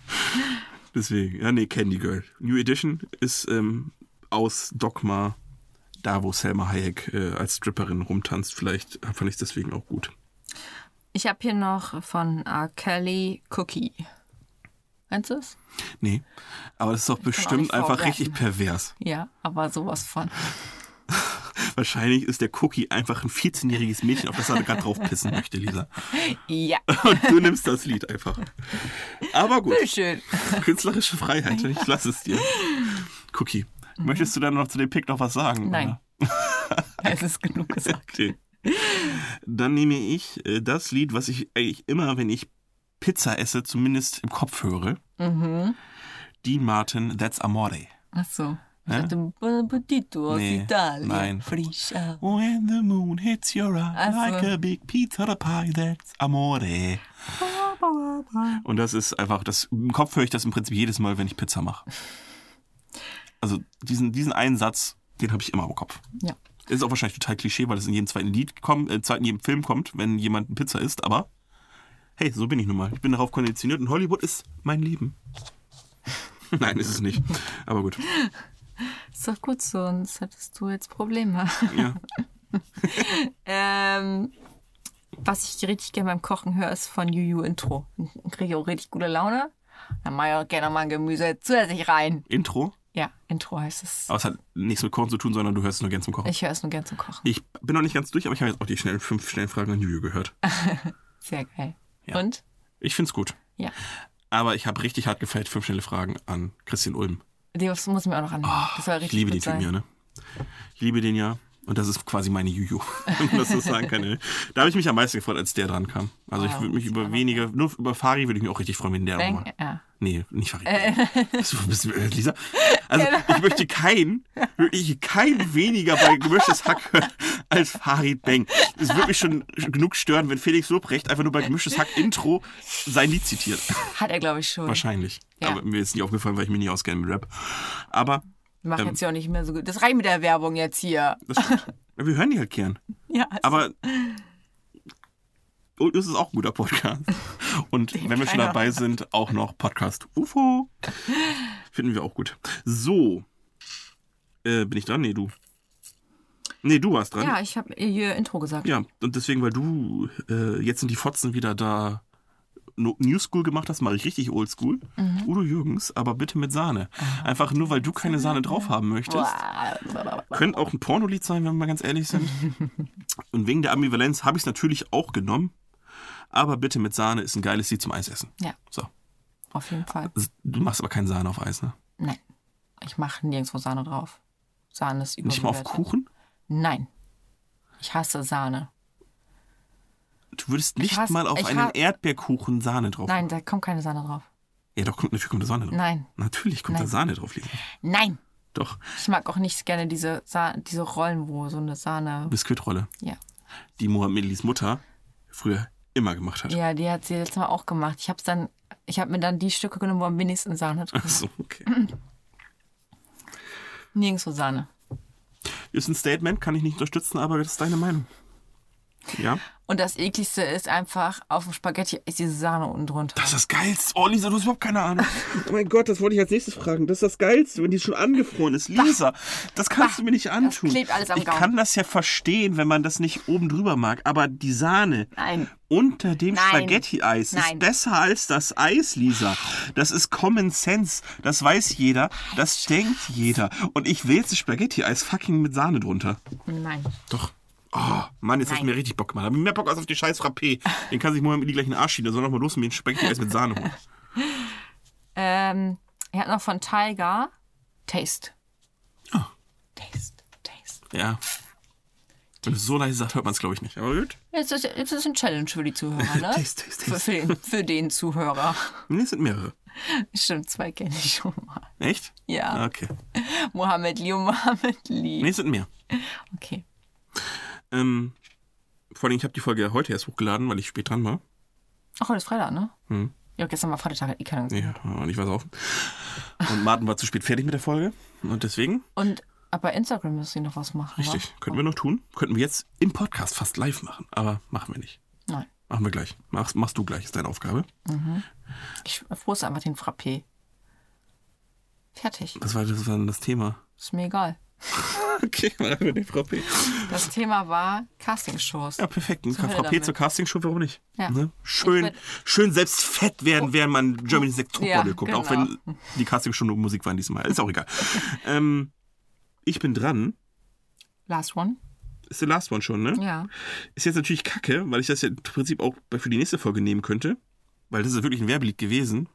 Speaker 1: Deswegen, ja, nee, Candy Girl. New Edition ist ähm, aus Dogma, da wo Selma Hayek äh, als Stripperin rumtanzt. Vielleicht fand ich es deswegen auch gut.
Speaker 2: Ich habe hier noch von R. Kelly Cookie. Meinst du es?
Speaker 1: Nee, aber das ist doch bestimmt
Speaker 2: nicht
Speaker 1: einfach
Speaker 2: vorwerfen.
Speaker 1: richtig pervers.
Speaker 2: Ja, aber sowas von.
Speaker 1: Wahrscheinlich ist der Cookie einfach ein 14-jähriges Mädchen, auf das er gerade drauf pissen möchte, Lisa.
Speaker 2: Ja,
Speaker 1: Und du nimmst das Lied einfach. Aber gut,
Speaker 2: schön.
Speaker 1: künstlerische Freiheit, ich lasse es dir. Cookie, möchtest du dann noch zu dem Pick noch was sagen?
Speaker 2: Mhm. Nein.
Speaker 1: oder?
Speaker 2: Es ist genug gesagt.
Speaker 1: Okay. Dann nehme ich äh, das Lied, was ich eigentlich immer, wenn ich Pizza esse, zumindest im Kopf höre.
Speaker 2: Mhm.
Speaker 1: Dean Martin, That's Amore.
Speaker 2: Ach so. Ich
Speaker 1: Hä?
Speaker 2: hatte Buon appetito aus
Speaker 1: Nee,
Speaker 2: Italien.
Speaker 1: nein.
Speaker 2: Frisch. ah.
Speaker 1: When the moon hits your eye
Speaker 2: Ach so.
Speaker 1: like a big pizza pie, that's amore. Und das ist einfach, das, im Kopf höre ich das im Prinzip jedes Mal, wenn ich Pizza mache. Also diesen, diesen einen Satz, den habe ich immer im Kopf.
Speaker 2: Ja.
Speaker 1: Ist auch wahrscheinlich total Klischee, weil das in jedem zweiten Lied kommt, äh, zweiten jedem Film kommt, wenn jemand eine Pizza isst, aber hey, so bin ich nun mal. Ich bin darauf konditioniert und Hollywood ist mein Leben. Nein, ist es nicht. Aber gut.
Speaker 2: Ist doch gut so, sonst hättest du jetzt Probleme.
Speaker 1: Ja.
Speaker 2: Ähm, was ich richtig gerne beim Kochen höre, ist von Juju Intro. Dann Kriege ich auch richtig gute Laune. Dann mache ich auch gerne mal Gemüse zusätzlich rein.
Speaker 1: Intro.
Speaker 2: Ja, Intro heißt es.
Speaker 1: Aber es hat nichts mit Korn zu tun, sondern du hörst es nur gern zum Kochen.
Speaker 2: Ich höre es nur gern zum Kochen.
Speaker 1: Ich bin noch nicht ganz durch, aber ich habe jetzt auch die schnellen, fünf schnellen Fragen an Juju gehört.
Speaker 2: Sehr geil.
Speaker 1: Ja.
Speaker 2: Und?
Speaker 1: Ich find's gut.
Speaker 2: Ja.
Speaker 1: Aber ich habe richtig hart gefällt, fünf schnelle Fragen an Christian Ulm.
Speaker 2: Die muss muss ich mir auch noch anhören. das soll
Speaker 1: Ah, Ich
Speaker 2: richtig
Speaker 1: liebe
Speaker 2: gut
Speaker 1: den
Speaker 2: sein.
Speaker 1: Typen ja, ne? Ich liebe den ja. Und das ist quasi meine Juju, wenn man das so sagen kann. Da habe ich mich am meisten gefreut, als der dran kam. Also ich
Speaker 2: Wow,
Speaker 1: würde mich
Speaker 2: das
Speaker 1: über
Speaker 2: kann
Speaker 1: wenige, nur über Fari würde ich mich auch richtig freuen, wenn der
Speaker 2: Bang,
Speaker 1: nochmal.
Speaker 2: ja.
Speaker 1: Nee, nicht Fari. Bist du ein bisschen, äh, Lisa? Also ich möchte keinen, wirklich kein weniger bei gemischtes Hack hören als Farid Bang. Es würde mich schon genug stören, wenn Felix Lobrecht einfach nur bei gemischtes Hack Intro sein Lied zitiert.
Speaker 2: Hat er, glaube ich, schon.
Speaker 1: Wahrscheinlich.
Speaker 2: Ja.
Speaker 1: Aber mir ist nicht aufgefallen, weil ich mich nicht auskenne mit Rap. Aber
Speaker 2: Wir machen
Speaker 1: Ähm.
Speaker 2: jetzt ja auch nicht mehr so gut. Das reicht mit der Werbung jetzt hier.
Speaker 1: das stimmt. Wir hören die halt gern.
Speaker 2: Ja,
Speaker 1: Aber und es ist auch ein guter Podcast. Und wenn wir schon
Speaker 2: keiner.
Speaker 1: dabei sind, auch noch Podcast UFO. Finden wir auch gut. So. Äh, bin ich dran? Nee, du. Nee, du warst dran.
Speaker 2: ja ich habe ihr Intro gesagt.
Speaker 1: Ja, und deswegen, weil du äh, jetzt sind die Fotzen wieder da no- New School gemacht hast, mache ich richtig Old School. Udo Jürgens, aber bitte mit Sahne. Einfach nur, weil du keine Sahne drauf haben möchtest.
Speaker 2: Wow.
Speaker 1: Könnte auch ein Pornolied sein, wenn wir mal ganz ehrlich sind. Und wegen der Ambivalenz habe ich es natürlich auch genommen. Aber bitte mit Sahne ist ein geiles Lied zum Eisessen.
Speaker 2: Ja,
Speaker 1: So. Also,
Speaker 2: auf jeden Fall.
Speaker 1: Du machst aber keinen Sahne auf Eis, ne?
Speaker 2: Nein. Ich mache nirgendwo Sahne drauf. Sahne ist
Speaker 1: Nicht mal auf
Speaker 2: überbewertet.
Speaker 1: Kuchen?
Speaker 2: Nein. Ich hasse Sahne.
Speaker 1: Du würdest nicht
Speaker 2: hasse-
Speaker 1: mal auf
Speaker 2: ich
Speaker 1: einen
Speaker 2: hasse-
Speaker 1: Erdbeerkuchen Sahne drauf.
Speaker 2: Nein, da kommt keine Sahne drauf.
Speaker 1: Ja, doch, kommt, natürlich kommt da Sahne drauf.
Speaker 2: Nein.
Speaker 1: Natürlich kommt da
Speaker 2: Nein.
Speaker 1: Sahne drauf, Lisa.
Speaker 2: Nein.
Speaker 1: Doch,
Speaker 2: Ich mag auch nicht gerne diese, Sa diese Rollen, wo so eine Sahne.
Speaker 1: Biskuitrolle.
Speaker 2: Ja.
Speaker 1: die Mohammelis Mutter früher immer gemacht hat.
Speaker 2: Ja, die hat sie letztes Mal auch gemacht. Ich hab's dann, ich habe mir dann die Stücke genommen, wo am wenigsten Sahne drin ist.
Speaker 1: Achso, okay.
Speaker 2: Nirgendwo Sahne.
Speaker 1: Ist ein Statement, kann ich nicht unterstützen, aber das ist deine Meinung. Ja.
Speaker 2: Und das ekligste ist einfach, auf dem Spaghetti ist diese Sahne unten drunter.
Speaker 1: Das ist das Geilste. Oh, Lisa, du hast überhaupt keine Ahnung. Oh mein Gott, das wollte ich als nächstes fragen. Das ist das Geilste, wenn die schon angefroren ist. Lisa, das kannst du mir nicht antun.
Speaker 2: klebt alles am
Speaker 1: ich
Speaker 2: Gaumen.
Speaker 1: kann das ja verstehen, wenn man das nicht oben drüber mag. Aber die Sahne
Speaker 2: Nein.
Speaker 1: unter dem
Speaker 2: Nein.
Speaker 1: Spaghetti-Eis ist
Speaker 2: Nein.
Speaker 1: besser als das Eis, Lisa. Das ist Common Sense. Das weiß jeder. Das denkt jeder. Und ich will jetzt das Spaghetti-Eis fucking mit Sahne drunter.
Speaker 2: Nein.
Speaker 1: Doch. Oh, Mann, jetzt hast du mir richtig Bock gemacht. Hab mehr Bock als auf die scheiß Frappé. Den kann sich Mohammed Lee gleich in den Arsch schieben. Der soll noch mal los mit den Spaghetti-Eis mit Sahne holen.
Speaker 2: Ähm, er hat noch von Tiger Taste.
Speaker 1: Ah.
Speaker 2: Taste, Taste.
Speaker 1: Ja. Wenn du es so leise sagst, hört man es, glaube ich, nicht. Aber gut.
Speaker 2: Jetzt ist, jetzt ist ein Challenge für die Zuhörer, ne?
Speaker 1: Taste, taste,
Speaker 2: Für, für, den, für den Zuhörer.
Speaker 1: Nee, es sind mehrere.
Speaker 2: Stimmt, zwei kenne ich schon mal.
Speaker 1: Echt?
Speaker 2: Ja.
Speaker 1: Ah, Okay.
Speaker 2: Mohammed Lee und Mohammed Lee.
Speaker 1: Nee, es sind mehr.
Speaker 2: Okay.
Speaker 1: Ähm, vor allem, ich habe die Folge ja heute erst hochgeladen, weil ich spät dran war.
Speaker 2: Ach, heute ist Freitag, ne?
Speaker 1: Hm.
Speaker 2: Ja, gestern war Freitag, hat eh keiner gesehen.
Speaker 1: Ja, und ich war saufen. Und Martin war zu spät fertig mit der Folge. Und deswegen,
Speaker 2: Und aber bei Instagram müssen sie noch was machen.
Speaker 1: richtig, könnten wir noch tun. Könnten wir jetzt im Podcast fast live machen. Aber machen wir nicht.
Speaker 2: Wa? Nein.
Speaker 1: Machen wir gleich. Machst, machst du gleich, ist deine Aufgabe.
Speaker 2: Ich froß einfach den Frappé. Fertig.
Speaker 1: Das war, das war das Thema.
Speaker 2: Ist mir egal.
Speaker 1: Okay, machen wir den Frau P.
Speaker 2: Das Thema war Castingshows.
Speaker 1: Ja, perfekt. Ein
Speaker 2: So,
Speaker 1: Frau P
Speaker 2: damit.
Speaker 1: zur Castingshow, warum nicht?
Speaker 2: Ja.
Speaker 1: Ne? Schön,
Speaker 2: würd- Oh.
Speaker 1: schön selbst fett werden, während man Germany's Next Topmodel
Speaker 2: Ja,
Speaker 1: guckt. Auch
Speaker 2: genau.
Speaker 1: wenn die Castingshow nur Musik war in diesem Mal. Ist auch egal. ähm, ich bin dran.
Speaker 2: Last one.
Speaker 1: Ist der Last One schon, ne?
Speaker 2: Ja.
Speaker 1: Ist jetzt natürlich kacke, weil ich das ja im Prinzip auch bei- für die nächste Folge nehmen könnte. Weil das ist ja wirklich ein Werbelied gewesen.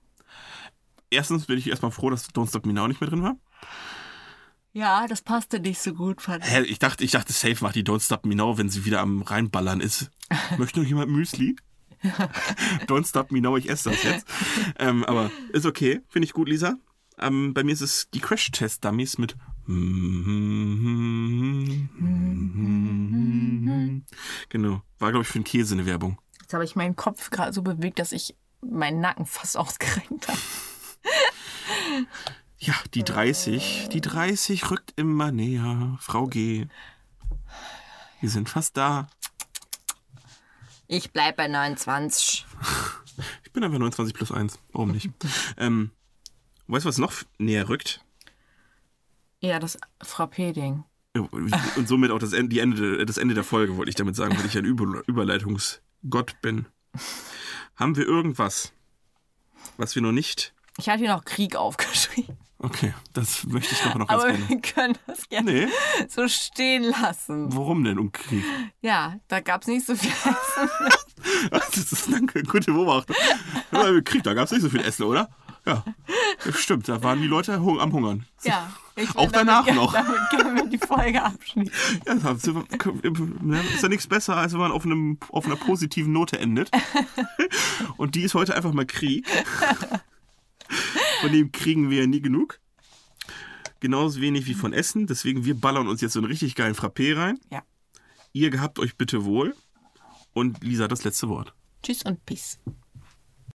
Speaker 1: Erstens bin ich erstmal froh, dass Don't Stop Me Now nicht mehr drin war.
Speaker 2: Ja, das passte nicht so gut, fand
Speaker 1: Hä, ich dachte, ich dachte, safe macht die Don't Stop Me Now, wenn sie wieder am reinballern ist. Möchte noch jemand Müsli? Don't Stop Me Now, ich esse das jetzt. Ähm, aber ist okay, finde ich gut, Lisa. Ähm, bei mir ist es die Crash Test Dummies mit. Genau, war glaube ich für den Käse eine Werbung.
Speaker 2: Jetzt habe ich meinen Kopf gerade so bewegt, dass ich meinen Nacken fast ausgerenkt habe.
Speaker 1: Ja, die 30, die 30 rückt immer näher. Frau G. Wir sind fast da.
Speaker 2: Ich bleib bei 29.
Speaker 1: Ich bin einfach 29 plus 1. Warum nicht? ähm, weißt du, was noch näher rückt?
Speaker 2: Ja, das Frappé-Ding.
Speaker 1: Oh, Und somit auch das Ende, die Ende, das Ende der Folge, wollte ich damit sagen, weil ich ein Über Überleitungsgott bin. Haben wir irgendwas, was wir noch nicht.
Speaker 2: Ich hatte hier noch Krieg aufgeschrieben.
Speaker 1: Okay, das möchte ich doch noch ganz
Speaker 2: Aber
Speaker 1: gerne.
Speaker 2: wir können das gerne
Speaker 1: Nee,
Speaker 2: so stehen lassen.
Speaker 1: warum denn um Krieg?
Speaker 2: Ja, da gab es nicht so viel.
Speaker 1: Das ist, danke, gute Beobachtung. Ja, im Krieg, da gab es nicht so viel Essen, oder? Ja, stimmt, da waren die Leute hung- am Hungern.
Speaker 2: ja, ich will
Speaker 1: Auch danach
Speaker 2: damit,
Speaker 1: noch.
Speaker 2: Damit können wir die Folge abschließen.
Speaker 1: Ja, da haben sie- ne, ist ja nichts besser, als wenn man auf, einem, auf einer positiven Note endet. Und die ist heute einfach mal Krieg. Von dem kriegen wir ja nie genug. Genauso wenig wie von Essen. Deswegen, wir ballern uns jetzt so einen richtig geilen Frappé rein.
Speaker 2: Ja.
Speaker 1: Ihr gehabt euch bitte wohl. Und Lisa, das letzte Wort.
Speaker 2: Tschüss und Peace.